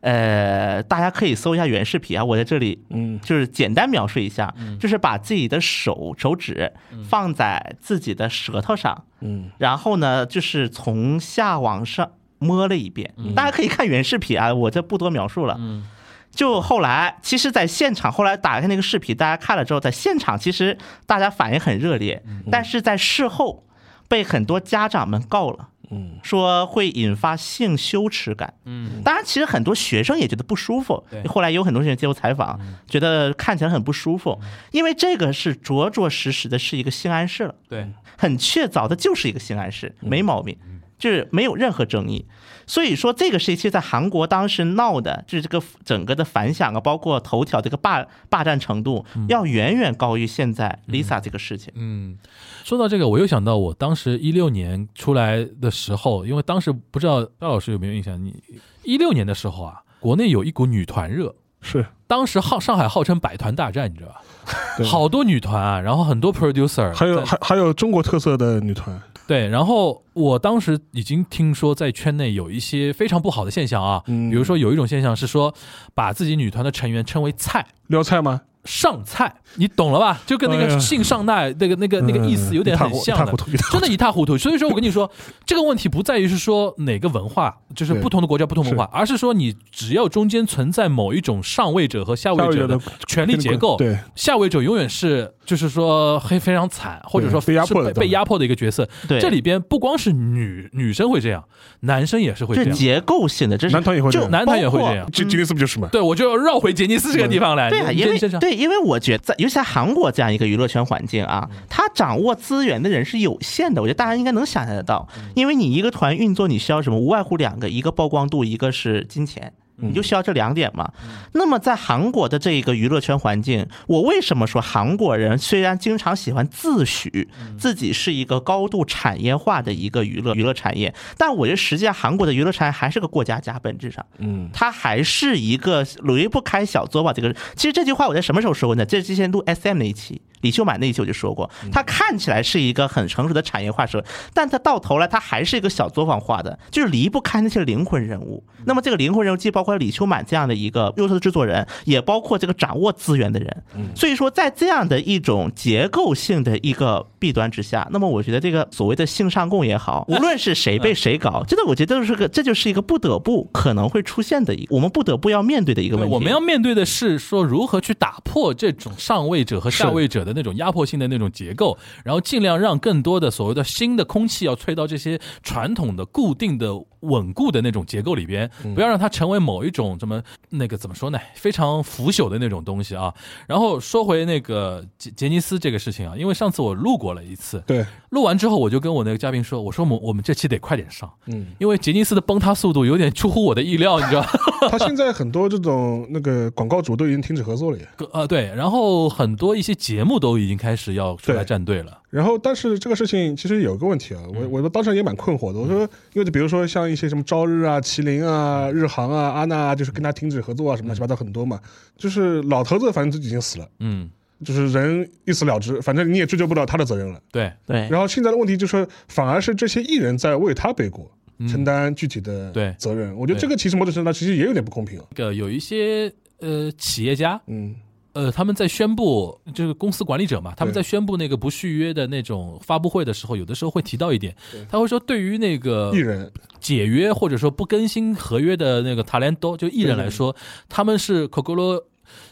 呃，大家可以搜一下原视频啊，我在这里
嗯，
就是简单描述一下，就是把自己的手手指放在自己的舌头上，
嗯，
然后呢，就是从下往上摸了一遍，
嗯
大家可以看原视频啊，我这不多描述了，
嗯，
就后来，其实，在现场后来打开那个视频，大家看了之后，在现场其实大家反应很热烈，
嗯
但是在事后被很多家长们告了，
嗯，
说会引发性羞耻感，
嗯，
当然，其实很多学生也觉得不舒服
对。嗯
后来有很多学生接受采访，觉得看起来很不舒服，因为这个是着着实实的是一个性暗示了。
对，
嗯
很确凿的就是一个性暗示，
嗯
没毛病，就是没有任何争议。所以说这个事情在韩国当时闹的，就是这个整个的反响啊，包括头条这个霸霸占程度，要远远高于现在 Lisa 这个事情。
嗯，说到这个，我又想到我当时一六年出来的时候，因为当时不知道赵老师有没有印象，你一六年的时候啊，国内有一股女团热，
是
当时号上海号称百团大战，你知道吧？
对
好多女团啊，然后很多 producer，
还有
在
还还有中国特色的女团，
对，然后我当时已经听说在圈内有一些非常不好的现象啊，
嗯
比如说有一种现象是说把自己女团的成员称为菜。
撩菜吗？
上菜，你懂了吧？就跟那
哎
个
呀
姓上奈那个那个那个意思有点很像
一
的
塌糊涂一塌糊涂
真的，一塌糊涂。所以说我跟你 说，这个问题不在于是说哪个文化，就是
对
不同的国家不同文化，而是说你只要中间存在某一种上位者和下位者的
下位者的
权力结构，
对，
下位者永远是就是说非非常惨，或者说
被压迫
是
的
被被压迫的一个角色。
对
这里边不光是女女生会这样，男生也是会这
这是
样。
结构性的，这是
男团也会这
就
样
男团也会
包括
这样
吉吉尼斯不就是吗？
对，我就要绕回杰尼斯这个地方来。
对啊，
你
因为
这这
对，因为我觉得在，尤其在韩国这样一个娱乐圈环境
嗯
啊，他掌握资源的人是有限的。我觉得大家应该能想象得到，
嗯
因为你一个团运作，你需要什么？无外乎两个，一个曝光度，一个是金钱。
嗯
你就需要这两点嘛。那么在韩国的这个娱乐圈环境，我为什么说韩国人虽然经常喜欢自诩
嗯
自己是一个高度产业化的一个娱乐娱乐产业，但我觉得实际上韩国的娱乐产业还是个过家家，本质上。他还是一个离不开小作坊这个。其实这句话我在什么时候说过呢？这是之前录 SM 那一期，李秀满那一期我就说过，他看起来是一个很成熟的产业化社会，但他到头来他还是一个小作坊化的，就是离不开那些灵魂人物。那么这个灵魂人物既包括括李秋满这样的一个优秀的制作人，也包括这个掌握资源的人。
嗯
所以说，在这样的一种结构性的一个弊端之下，那么我觉得这个所谓的性上供也好，无论是谁
嗯
被谁搞，真的我觉得是个这就是一个不得不可能会出现的一，我们不得不要面对的一个
对
问题。
我们要面对的是说如何去打破这种上位者和下
是
位者的那种压迫性的那种结构，然后尽量让更多的所谓的新的空气要吹到这些传统的固定的稳固的那种结构里边，
嗯
不要让它成为某一种什么那个怎么说呢，非常腐朽的那种东西啊。然后说回那个杰杰尼斯这个事情啊，因为上次我录过了一次，
对，
录完之后我就跟我那个嘉宾说，我说我们我们这期得快点上，
嗯，
因为杰尼斯的崩塌速度有点出乎我的意料，你知道。
他现在很多这种那个广告主都已经停止合作了耶。
个呃对，然后很多一些节目都已经开始要出来站队了，
然后，但是这个事情其实有个问题啊，
嗯
我我当时也蛮困惑的。我说，因为就比如说像一些什么朝日啊、麒麟啊、日航啊、阿娜啊，就是跟他停止合作啊，什么乱七八糟很多嘛。就是老头子反正自己已经死了，
嗯，
就是人一死了之，反正你也追究不了他的责任了。
对
对，
然后现在的问题就是，反而是这些艺人在为他背锅，承担具体的
嗯对
责任。我觉得这个其实某种程度上其实也有点不公平啊。
那个有一些呃企业家，
嗯，
呃他们在宣布就是公司管理者嘛，他们
对
在宣布那个不续约的那种发布会的时候，有的时候会提到一点，他会说对于那个
艺人
解约或者说不更新合约的那个塔连多，就艺人来说，他们是 c o c o l o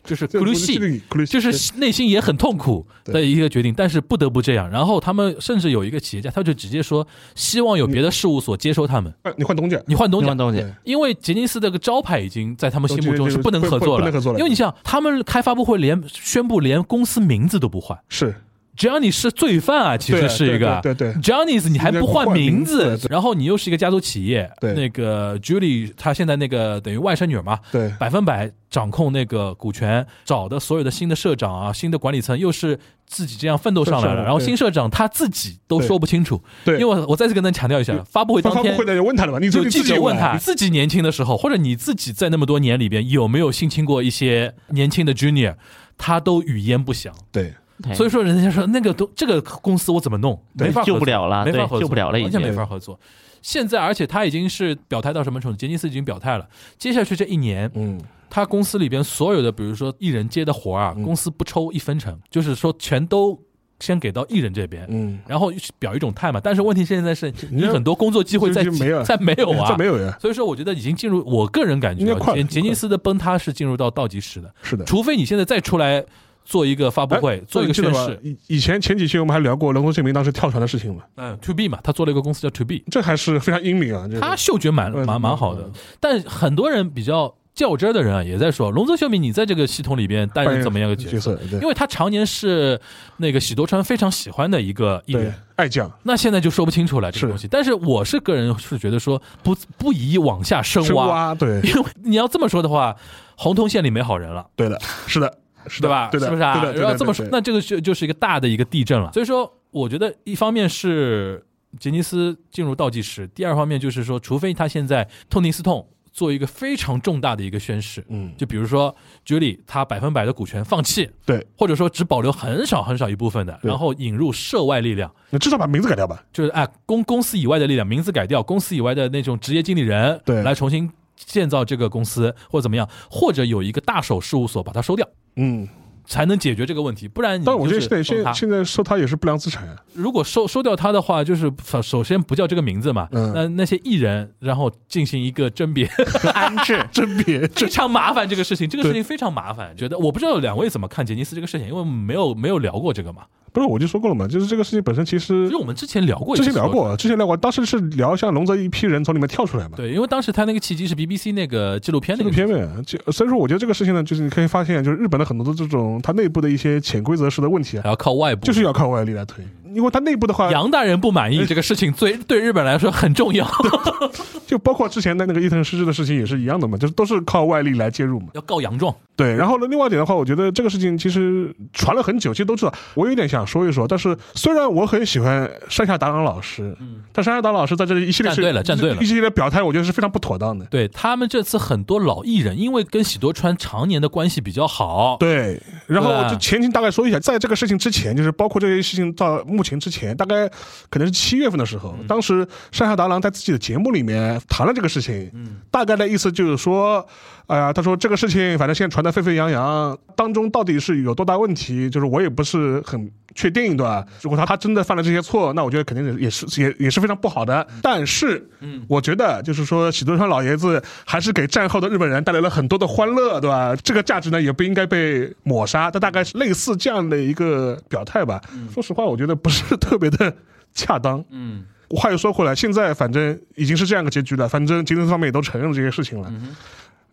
就是
这
k u l u
这个苦力系
就是内心也很痛苦的一个决定，但是不得不这样。然后他们甚至有一个企业家，他就直接说，希望有别的事务所接收他们，
哎你换东家，
你换东
另外
家。
东西
对
因为杰尼斯这个招牌已经在他们心目中是不能合作
不不不能合作
了，
了
因为你想，他们开发布会连宣布连公司名字都不换，
是
只要你是罪犯啊，其
对
实
啊
是一个
对对对对
j o h n n y s 你还不换名
你还不换
字
名字，
然后你又是一个家族企业，
对
那个 Julie 她现在那个等于外甥女儿嘛，
对
百分百掌控那个股权，找的所有的新的社长啊，新的管理层又是自己这样奋斗上来
是
了，
是
然后
对
新社长他自己都
对
说不清楚，
对
因为我我再次跟他强调一下，发布会
发
当
发布
天
会。的人问他了嘛？你说
有
你
记
自己
者问
来
他，自己年轻的时候，或者你自己在那么多年里边有没有性侵过一些年轻的 junior，他都语焉不详。
对，
对
所以说人家说那个都这个公司我怎么弄，
对
没法合作
救不了了
没法
对
合作
救不了了已
完全
经
没法合作。现在而且他已经是表态到什么程度？杰尼斯已经表态了，接下去这一年，
嗯，
他公司里边所有的，比如说艺人接的活儿啊，公司不抽一分成，就是说全都先给到艺人这边，
嗯，
然后表一种态嘛。但是问题现在是你很多工作机会在
就是没有
在没有啊，
这没有呀，
所以说，我觉得已经进入我个人感觉
应该
啊，
快
杰
了
杰尼斯的崩塌是进入到倒计时的，
是的。
除非你现在再出来做一个发布会，
哎
做一个
记得
宣
吧
誓。
以以前前几期我们还聊过龙头姓名当时跳船的事情嘛，
嗯，To B 嘛，他做了一个公司叫 To B，
这还是非常英明啊。这个
他嗅觉蛮
嗯
蛮蛮好的，但很多人比较较真儿的人啊，也在说龙泽秀明，你在这个系统里边担
扮演
任怎么样的
角
角色？？
色对
因为他常年是那个喜多川非常喜欢的一个艺
对
人，，
爱将
那现在就说不清楚了这个
是
东西。但是我是个人是觉得说不不宜往下深
深
挖，
挖，对
因为你要这么说的话，红通县里没好人了。
对的，是的，是
对
的，
吧？
对的，
是不是啊？
对的对的，
要这么
对
说，
的
那这个就就是一个大的一个地震了。所以说，我觉得一方面是杰尼斯进入倒计时，第二方面就是说，除非他现在痛定思痛，做一个非常重大的一个宣誓，
嗯
就比如说 Julie 他百分百的股权放弃，
对，
或者说只保留很少很少一部分的，
对
然后引入涉外力量。
你至少把名字改掉吧。
就是啊，公公司以外的力量，名字改掉，公司以外的那种职业经理人，
对
来重新建造这个公司，或者怎么样，或者有一个大手事务所把它收掉，
嗯，
才能解决这个问题，不然你
但我觉
就是
得现在
收他
现现在收他也是不良资 产啊，
如果收收掉他的话，就是首首先不叫这个名字嘛，
嗯
那那些艺人然后进行一个甄别，
安 置
真别
非常麻烦这个事情，这个事
对
情非常麻烦。觉得我不知道两位怎么看杰尼斯这个事情，因为没有没有聊过这个嘛，
不是我就说过了嘛，就是这个事情本身其
其
实
实我们之前聊过一
之
次，
前聊过，之前聊过，当时是聊像龙泽一批人从里面跳出来嘛。
对，因为当时他那个契机是 BBC 那个纪录片
这
那
个
个
片面，就所以说我觉得这个事情呢，就是你可以发现，就是日本的很多的这种它内部的一些潜规则式的问题啊，
还要靠外部，
就是呃要靠外力来推，
嗯
因为它内部的 话，
杨大人不满意这个事情，对对日本来说很重要，
就包括之前的那个伊藤诗织的事情也是一样的嘛，就是都是靠外力来介入嘛。
要告洋状。
对，然后呢，另外一点的话，我觉得这个事情其实传了很久，其实都知道。我有点想说一说，但是虽然我很喜欢山下达郎老师，但山下达郎老师在这里一系列
嗯站队了站队了
一系列表态，我觉得是非常不妥当的。
对他们这次很多老艺人，因为跟喜多川常年的关系比较好，
对，然后
对
就前情大概说一下，在这个事情之前，就是包括这些事情到目前之前，大概可能是七月份的时候，
嗯
当时山下达郎在自己的节目里面谈了这个事情，
嗯
大概的意思就是说，哎、呀，他说这个事情反正现在传得沸沸扬扬，当中到底是有多大问题，就是我也不是很。确定对吧？如果他他真的犯了这些错，那我觉得肯定也是也也是非常不好的。但是，我觉得就是说，喜多川老爷子还是给战后的日本人带来了很多的欢乐，对吧？这个价值呢也不应该被抹杀。他大概是类似这样的一个表态吧。说实话，我觉得不是特别的恰当。
嗯，
话又说回来，现在反正已经是这样一个结局了，反正吉林方面也都承认了这些事情了。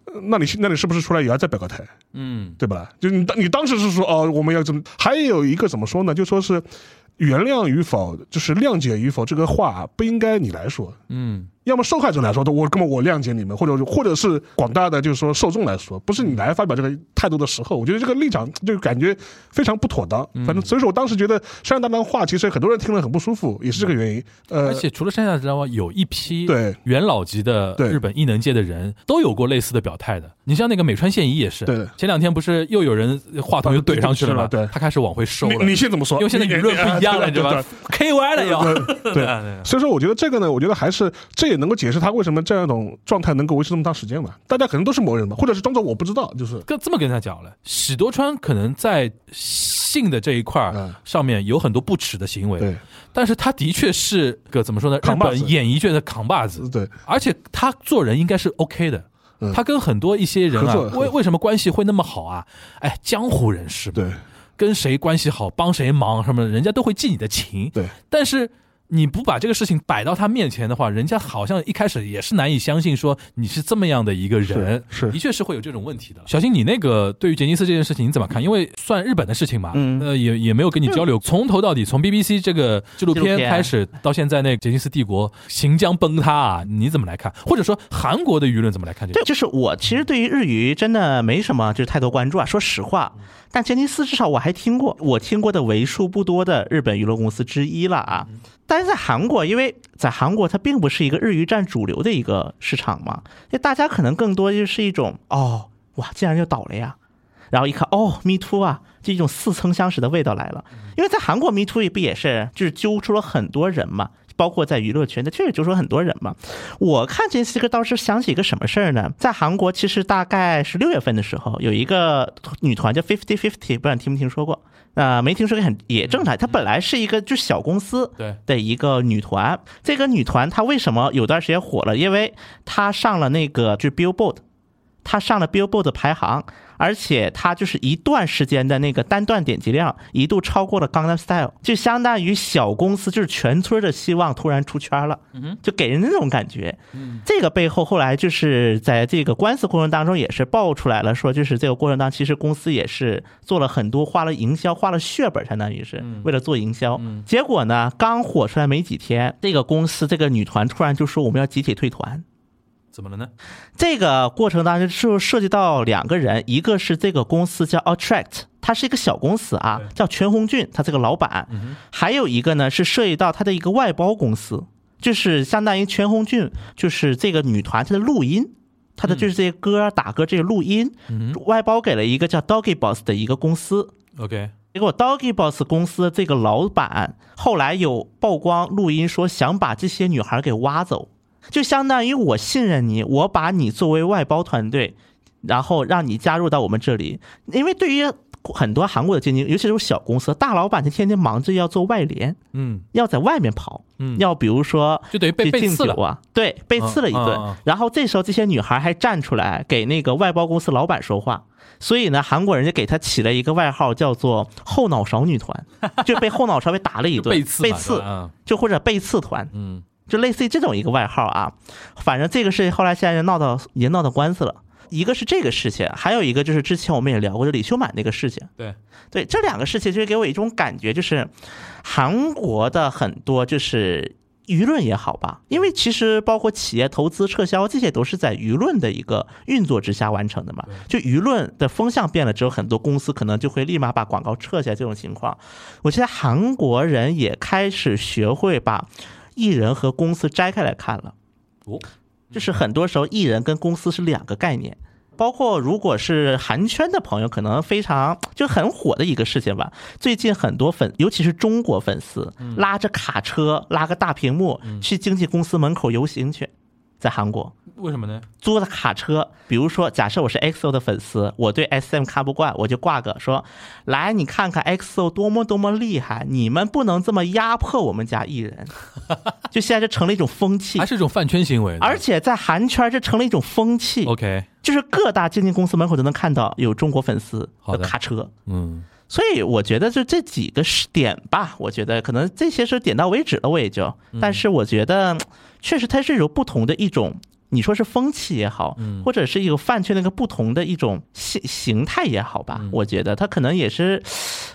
呃那你那你是不是出来也要再表个态？
嗯
对吧？就你当你当时是说哦，我们要怎么？还有一个怎么说呢？就说是原谅与否，就是谅解与否，这个话不应该你来说，
嗯
要么受害者来说，我根本我谅解你们，或者或者是广大的就是说受众来说，不是你来发表这个态度的时候，我觉得这个立场就感觉非常不妥当。反正所以说我当时觉得山上大当话，其实很多人听了很不舒服，也是这个原因。呃
而，且除了山下之外，有一批
对
元老级的
对
日本艺能界的人都有过类似的表态的。你像那个美川宪一也是，
对的
前两天不是又有人话筒又怼上去了吗？
对对
他开始往回收了。
你你现在怎么说？
因为现在
你
舆论不一样了，你知道？
对对
吧
对
？KY 了要。
对 对，所以说我觉得这个呢，我觉得还是这也能够解释他为什么这样一种状态能够维持这么长时间嘛。大家可能都是某人嘛，或者是装作我不知道，就是
跟这么跟他讲了，喜多川可能在性的这一块
嗯
儿上面有很多不耻的行为，
对
但是他的确是个怎么说呢？日
扛把子
本演艺圈的扛把子，
对
而且他做人应该是 OK 的。
嗯
他跟很多一些人啊
合作，合
为为什么关系会那么好啊？哎，江湖人士嘛，
对
跟谁关系好，帮谁忙什么的，人家都会记你的情。
对，
但是你不把这个事情摆到他面前的话，人家好像一开始也是难以相信说你是这么样的一个人，
是是
的确是会有这种问题的。小新，你那个对于杰尼斯这件事情你怎么看？因为算日本的事情嘛，
嗯
呃，也也没有跟你交流，从头到底，从 BBC 这个纪录
纪录
片
片
开始到现在那个杰尼斯帝国行将崩塌啊，你怎么来看？或者说韩国的舆论怎么来看这
对，
个？
就是我其实对于日语真的没什么，就是太多关注啊。说实话，但杰尼斯至少我还听过，我听过的为数不多的日本娱乐公司之一了啊。但是在韩国，因为在韩国它并不是一个日语占主流的一个市场嘛，那大家可能更多就是一种哦，哇，竟然又倒了呀。然后一看，哦，Me Too 啊，就一种似曾相识的味道来了。因为在韩国，Me Too 也不也是就是揪出了很多人嘛，包括在娱乐圈，它确实揪出了很多人嘛。我看这四个倒是想起一个什么事儿呢？在韩国，其实大概是六月份的时候，有一个女团叫 Fifty Fifty，不知道你听没听说过？呃，没听说过很也正常。它本来是一个就是小公司，
对
的一个女团。这个女团她为什么有段时间火了？因为她上了那个就是 Billboard，她上了 Billboard 排行，而且她就是一段时间的那个单段点击量一度超过了 Gangnam Style，就相当于小公司就是全村的希望突然出圈了，就给人那种感觉。这个背后后来就是在这个官司过程当中也是爆出来了，说就是这个过程当中其实公司也是做了很多花了营销，花了血本，相当于是为了做营销。结果呢，刚火出来没几天，这个公司这个女团突然就说我们要集体退团。
怎么了呢？
这个过程当中就涉及到两个人，一个是这个公司叫 Attract，它是一个小公司啊，叫全红俊，他这个老板，还有一个呢是涉及到他的一个外包公司，就是相当于全红俊，就是这个女团她的录音。她的就是这些歌啊打歌这个录音，
嗯
外包给了一个叫 Doggy Boss 的一个公司，
OK，
结果 Doggy Boss 公司这个老板后来有曝光录音，说想把这些女孩给挖走，就相当于我信任你，我把你作为外包团队，然后让你加入到我们这里。因为对于很多韩国的经纪人，尤其是小公司，大老板就天天忙着要做外联，
嗯，
要在外面跑，
嗯
要比如说
就等于被
去
被
敬
刺
酒
了。
啊，对，被刺了一
嗯
顿。
嗯嗯
然后这时候这些女孩还站出来给那个外包公司老板说话，所以呢，韩国人就给她起了一个外号叫做“后脑勺女团”，就被后脑勺被打 了一顿，
被刺嘛，
被刺
对，吧啊
就或者被刺团，
嗯
就类似于这种一个外号啊。反正这个事情后来现在闹到已经闹到官司了。一个是这个事情，还有一个就是之前我们也聊过的李秀满那个事情。
对，
对这两个事情，就是给我一种感觉，就是韩国的很多就是舆论也好吧，因为其实包括企业投资、撤销，这些都是在舆论的一个运作之下完成的嘛。就舆论的风向变了之后，很多公司可能就会立马把广告撤下，这种情况。我觉得韩国人也开始学会把艺人和公司摘开来看了。
哦
就是很多时候艺人跟公司是两个概念。包括如果是韩圈的朋友，可能非常就很火的一个事情吧。最近很多粉，尤其是中国粉丝，拉着卡车，拉个大屏幕去经纪公司门口游行去，在韩国。
为什么呢？
租的卡车，比如说，假设我是 XO 的粉丝，我对 SM 看不惯，我就挂个说，来你看看 XO 多么多么厉害，你们不能这么压迫我们家艺 人，就现在这成了一种风气
还，是一种饭圈行为呢。
而且在韩圈这成了一种风气，
OK，
就是各大经纪公司门口都能看到有中国粉丝
好
有
的
卡车，
嗯，
所以我觉得就这几个是点吧，我觉得可能这些是点到为止了，我也就。但是我觉得嗯确实它是有不同的一种，你说是风气也好，
嗯
或者是一个饭圈的一个不同的一种形形态也好吧，
嗯
我觉得它可能也是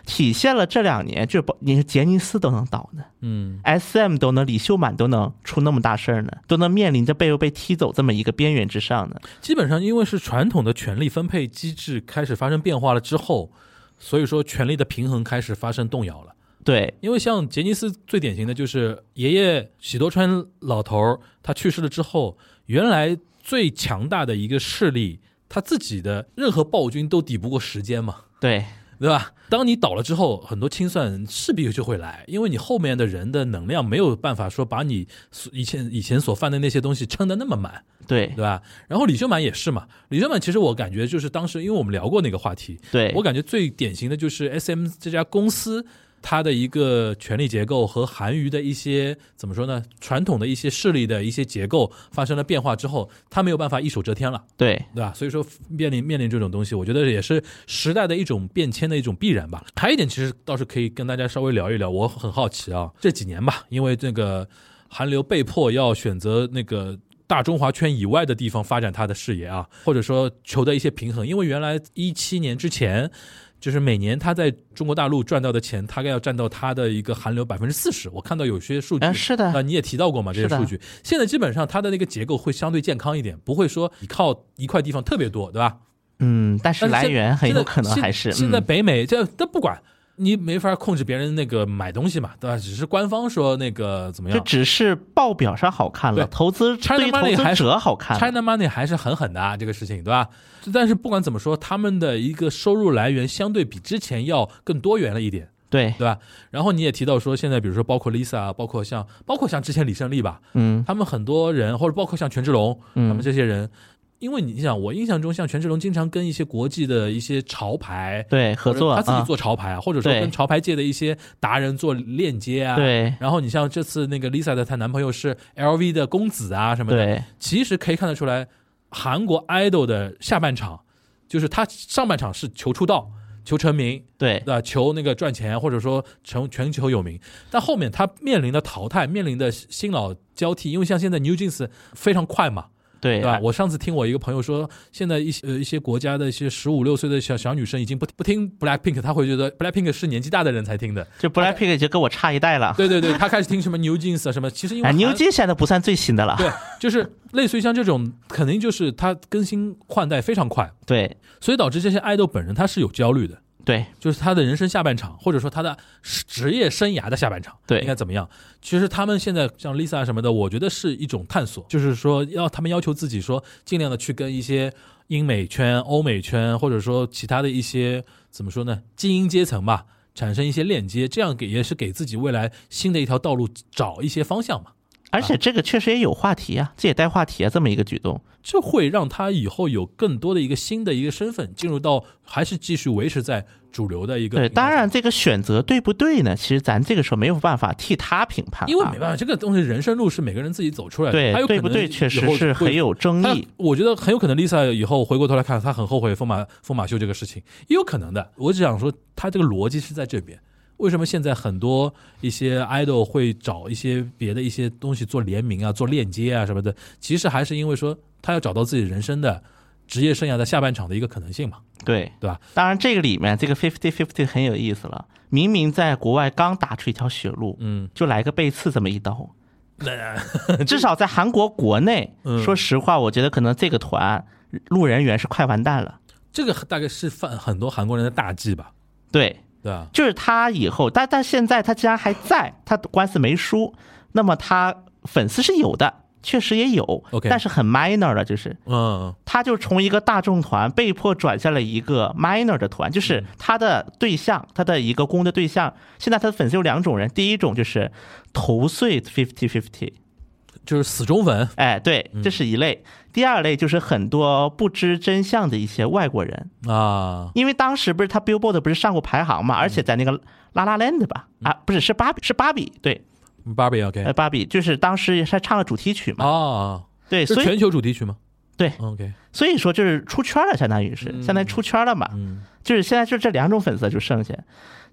体现了这两年，就不你是杰尼斯都能倒呢，
嗯
，S.M 都能，李秀满都能出那么大事儿呢，都能面临着被被踢走这么一个边缘之上呢。
基本上因为是传统的权力分配机制开始发生变化了之后，所以说权力的平衡开始发生动摇了。
对，
因为像杰尼斯最典型的就是爷爷喜多川老头儿，他去世了之后，原来最强大的一个势力，他自己的任何暴君都抵不过时间嘛，
对，
对吧？当你倒了之后，很多清算势必就会来，因为你后面的人的能量没有办法说把你所以前以前所犯的那些东西撑得那么满，
对
对，吧？然后李秀满也是嘛，李秀满其实我感觉就是当时，因为我们聊过那个话题，
对，
我感觉最典型的就是 S M 这家公司它的一个权力结构和韩娱的一些怎么说呢，传统的一些势力的一些结构发生了变化之后，它没有办法一手遮天了，
对，
对吧？所以说面临面临这种东西，我觉得也是时代的一种变迁的一种必然吧。还有一点，其实倒是可以跟大家稍微聊一聊，我很好奇啊，这几年吧，因为那个韩流被迫要选择那个。大中华圈以外的地方发展他的事业啊，或者说求得一些平衡，因为原来一七年之前，就是每年他在中国大陆赚到的钱，大概要占到他的一个韩流百分之四十。我看到有些数据，
嗯，是的，
啊、你也提到过嘛，这些
是的
数据。现在基本上它的那个结构会相对健康一点，不会说依靠一块地方特别多，对吧？
嗯，但是
但是
来
现
源很
现在
有可能还是
现现在
嗯
北美这这不管你没法控制别人那个买东西嘛，对吧？只是官方说那个怎么
就
样
只是报表上好看了，
对
投资
China
对于投
Money 还
资
是
者好看了。
，China Money 还是很狠的、啊、这个事情，对吧？但是不管怎么说，他们的一个收入来源相对比之前要更多元了一点。
对，
对吧？然后你也提到说，现在比如说包括 Lisa，啊包括像包括像之前李胜利吧，
嗯，
他们很多人，或者包括像权志龙，
嗯
他们这些人，因为你想，我印象中像权志龙经常跟一些国际的一些潮牌
对，合
或者
作
他自己
啊，
做潮牌啊，或者说
对
跟潮牌界的一些达人做链接啊。。
对
然后你像这次那个 Lisa 的她男朋友是 LV 的公子啊什么的，
对
其实可以看得出来，韩国 idol 的下半场就是他上半场是求出道、求成名，
对
对吧？呃求那个赚钱，或者说成全球有名。但后面他面临的淘汰，面临的新老交替，因为像现在 New Jeans 非常快嘛，
对
对吧？我上次听我一个朋友说，现在一些呃一些国家的一些十五六岁的小小女生已经不不听 Blackpink，她会觉得 Blackpink 是年纪大的人才听的。
就 Blackpink 就跟我差一代了。
哎对对对，她开始听什么 New Jeans 啊什么，其实因为
啊
韩
牛津现在都不算最新的了。
对，就是类似于像这种，肯定就是它更新换代非常快，
对
所以导致这些爱豆本人他是有焦虑的。
对
就是他的人生下半场，或者说他的职业生涯的下半场，
对
应该怎么样？其实他们现在像 Lisa 什么的，我觉得是一种探索，就是说要他们要求自己说，尽量的去跟一些英美圈、欧美圈，或者说其他的一些怎么说呢，精英阶层吧，产生一些链接，这样给也是给自己未来新的一条道路找一些方向嘛。
而且这个确实也有话题啊，这也带话题啊，这么一个举动。
这会让他以后有更多的一个新的一个身份，进入到还是继续维持在主流的一个
对，
平台
当
上
然这个选择对不对呢？其实咱这个时候没有办法替他评判啊，
因为没办法，这个东西人生路是每个人自己走出来的，还有
对
可能
对不对，确
以
实
后
是
会
很。有争
他
议。
我觉得很有可能，Lisa 以后回过头来看，她很后悔疯马疯马秀这个事情，也有可能的。我只想说，她这个逻辑是在这边。为什么现在很多一些 idol 会找一些别的一些东西做联名啊、做链接啊什么的？其实还是因为说她要找到自己人生的职业生涯的下半场的一个可能性嘛。
对
对吧？
当然，这个里面这个 fifty fifty 很有意思了。明明在国外刚打出一条血路，
嗯，
就来个背刺这么一刀。至少在韩国国内，
嗯
说实话，我觉得可能这个团路人缘是快完蛋了。
这个大概是犯很多韩国人的大忌吧，
对，
对吧？
就是他以后，但但现在他既然还在，他官司没输，那么他粉丝是有的，确实也有
OK
但是很 minor 了，就是
嗯
他就从一个大众团被迫转向了一个 minor 的团，
嗯
就是他的对象，他的一个攻的对象。现在他的粉丝有两种人，第一种就是头碎 fifty fifty，
就是死忠粉，
哎，对，
嗯
这是一类；第二类就是很多不知真相的一些外国人，
啊，
因为当时不是他 Billboard 不是上过排行
嗯
嘛，而且在那个拉拉 land 吧，啊，不是是芭比，是芭比，对，
芭比 OK
呃，芭比就是当时他唱了主题曲嘛，
啊，
对，
是
哎所以
全球主题曲吗？
对
，OK，
所以说就是出圈了，相当于是相当于出圈了嘛，
嗯
就是现在就这两种粉丝就剩下。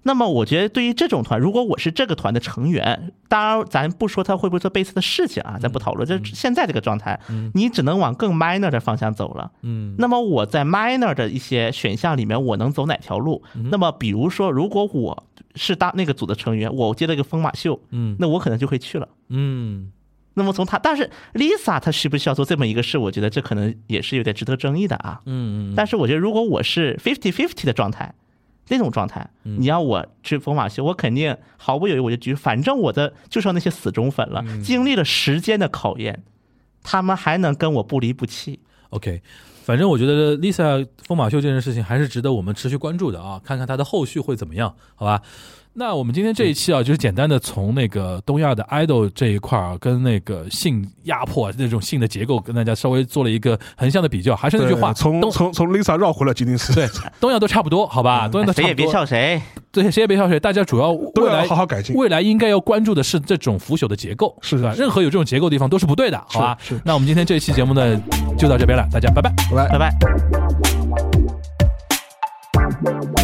那么我觉得对于这种团，如果我是这个团的成员，当然咱不说他会不会做贝斯的事情啊，咱不讨论，
嗯
就现在这个状态，你只能往更 minor 的方向走了。
嗯
那么我在 minor 的一些选项里面，我能走哪条路？
嗯
那么比如说，如果我是当那个组的成员，我接了一个疯马秀，
嗯
那我可能就会去了。
嗯
那么从他，但是 Lisa 她需不需要做这么一个事？我觉得这可能也是有点值得争议的啊。
嗯嗯，
但是我觉得，如果我是 fifty fifty 的状态，那种状态，
嗯
你让我去疯马秀，我肯定毫不犹豫我就举，反正我的就剩那些死忠粉了。
嗯
经历了时间的考验，他们还能跟我不离不弃。
OK，反正我觉得 Lisa 疯马秀这件事情还是值得我们持续关注的啊，看看她的后续会怎么样，好吧？那我们今天这一期啊，就是简单的从那个东亚的 idol 这一块儿、啊，跟那个性压迫啊那种性的结构，跟大家稍微做了一个横向的比较。还是那句话，
对从
东
从从 Lisa 绕回了吉尼斯，
对东亚都差不多，好吧？东亚都差
嗯谁
不
也别
多，
笑啊谁。
对，谁也别笑谁。大家主要
都
未
要
来
好好改进。
未来应该要关注的是这种腐朽的结构，
是
对吧？
是
任何有这种结构的地方都是不对的，好吧
是是？
那我们今天这一期节目呢，就到这边了，大家拜拜。
拜拜
拜拜。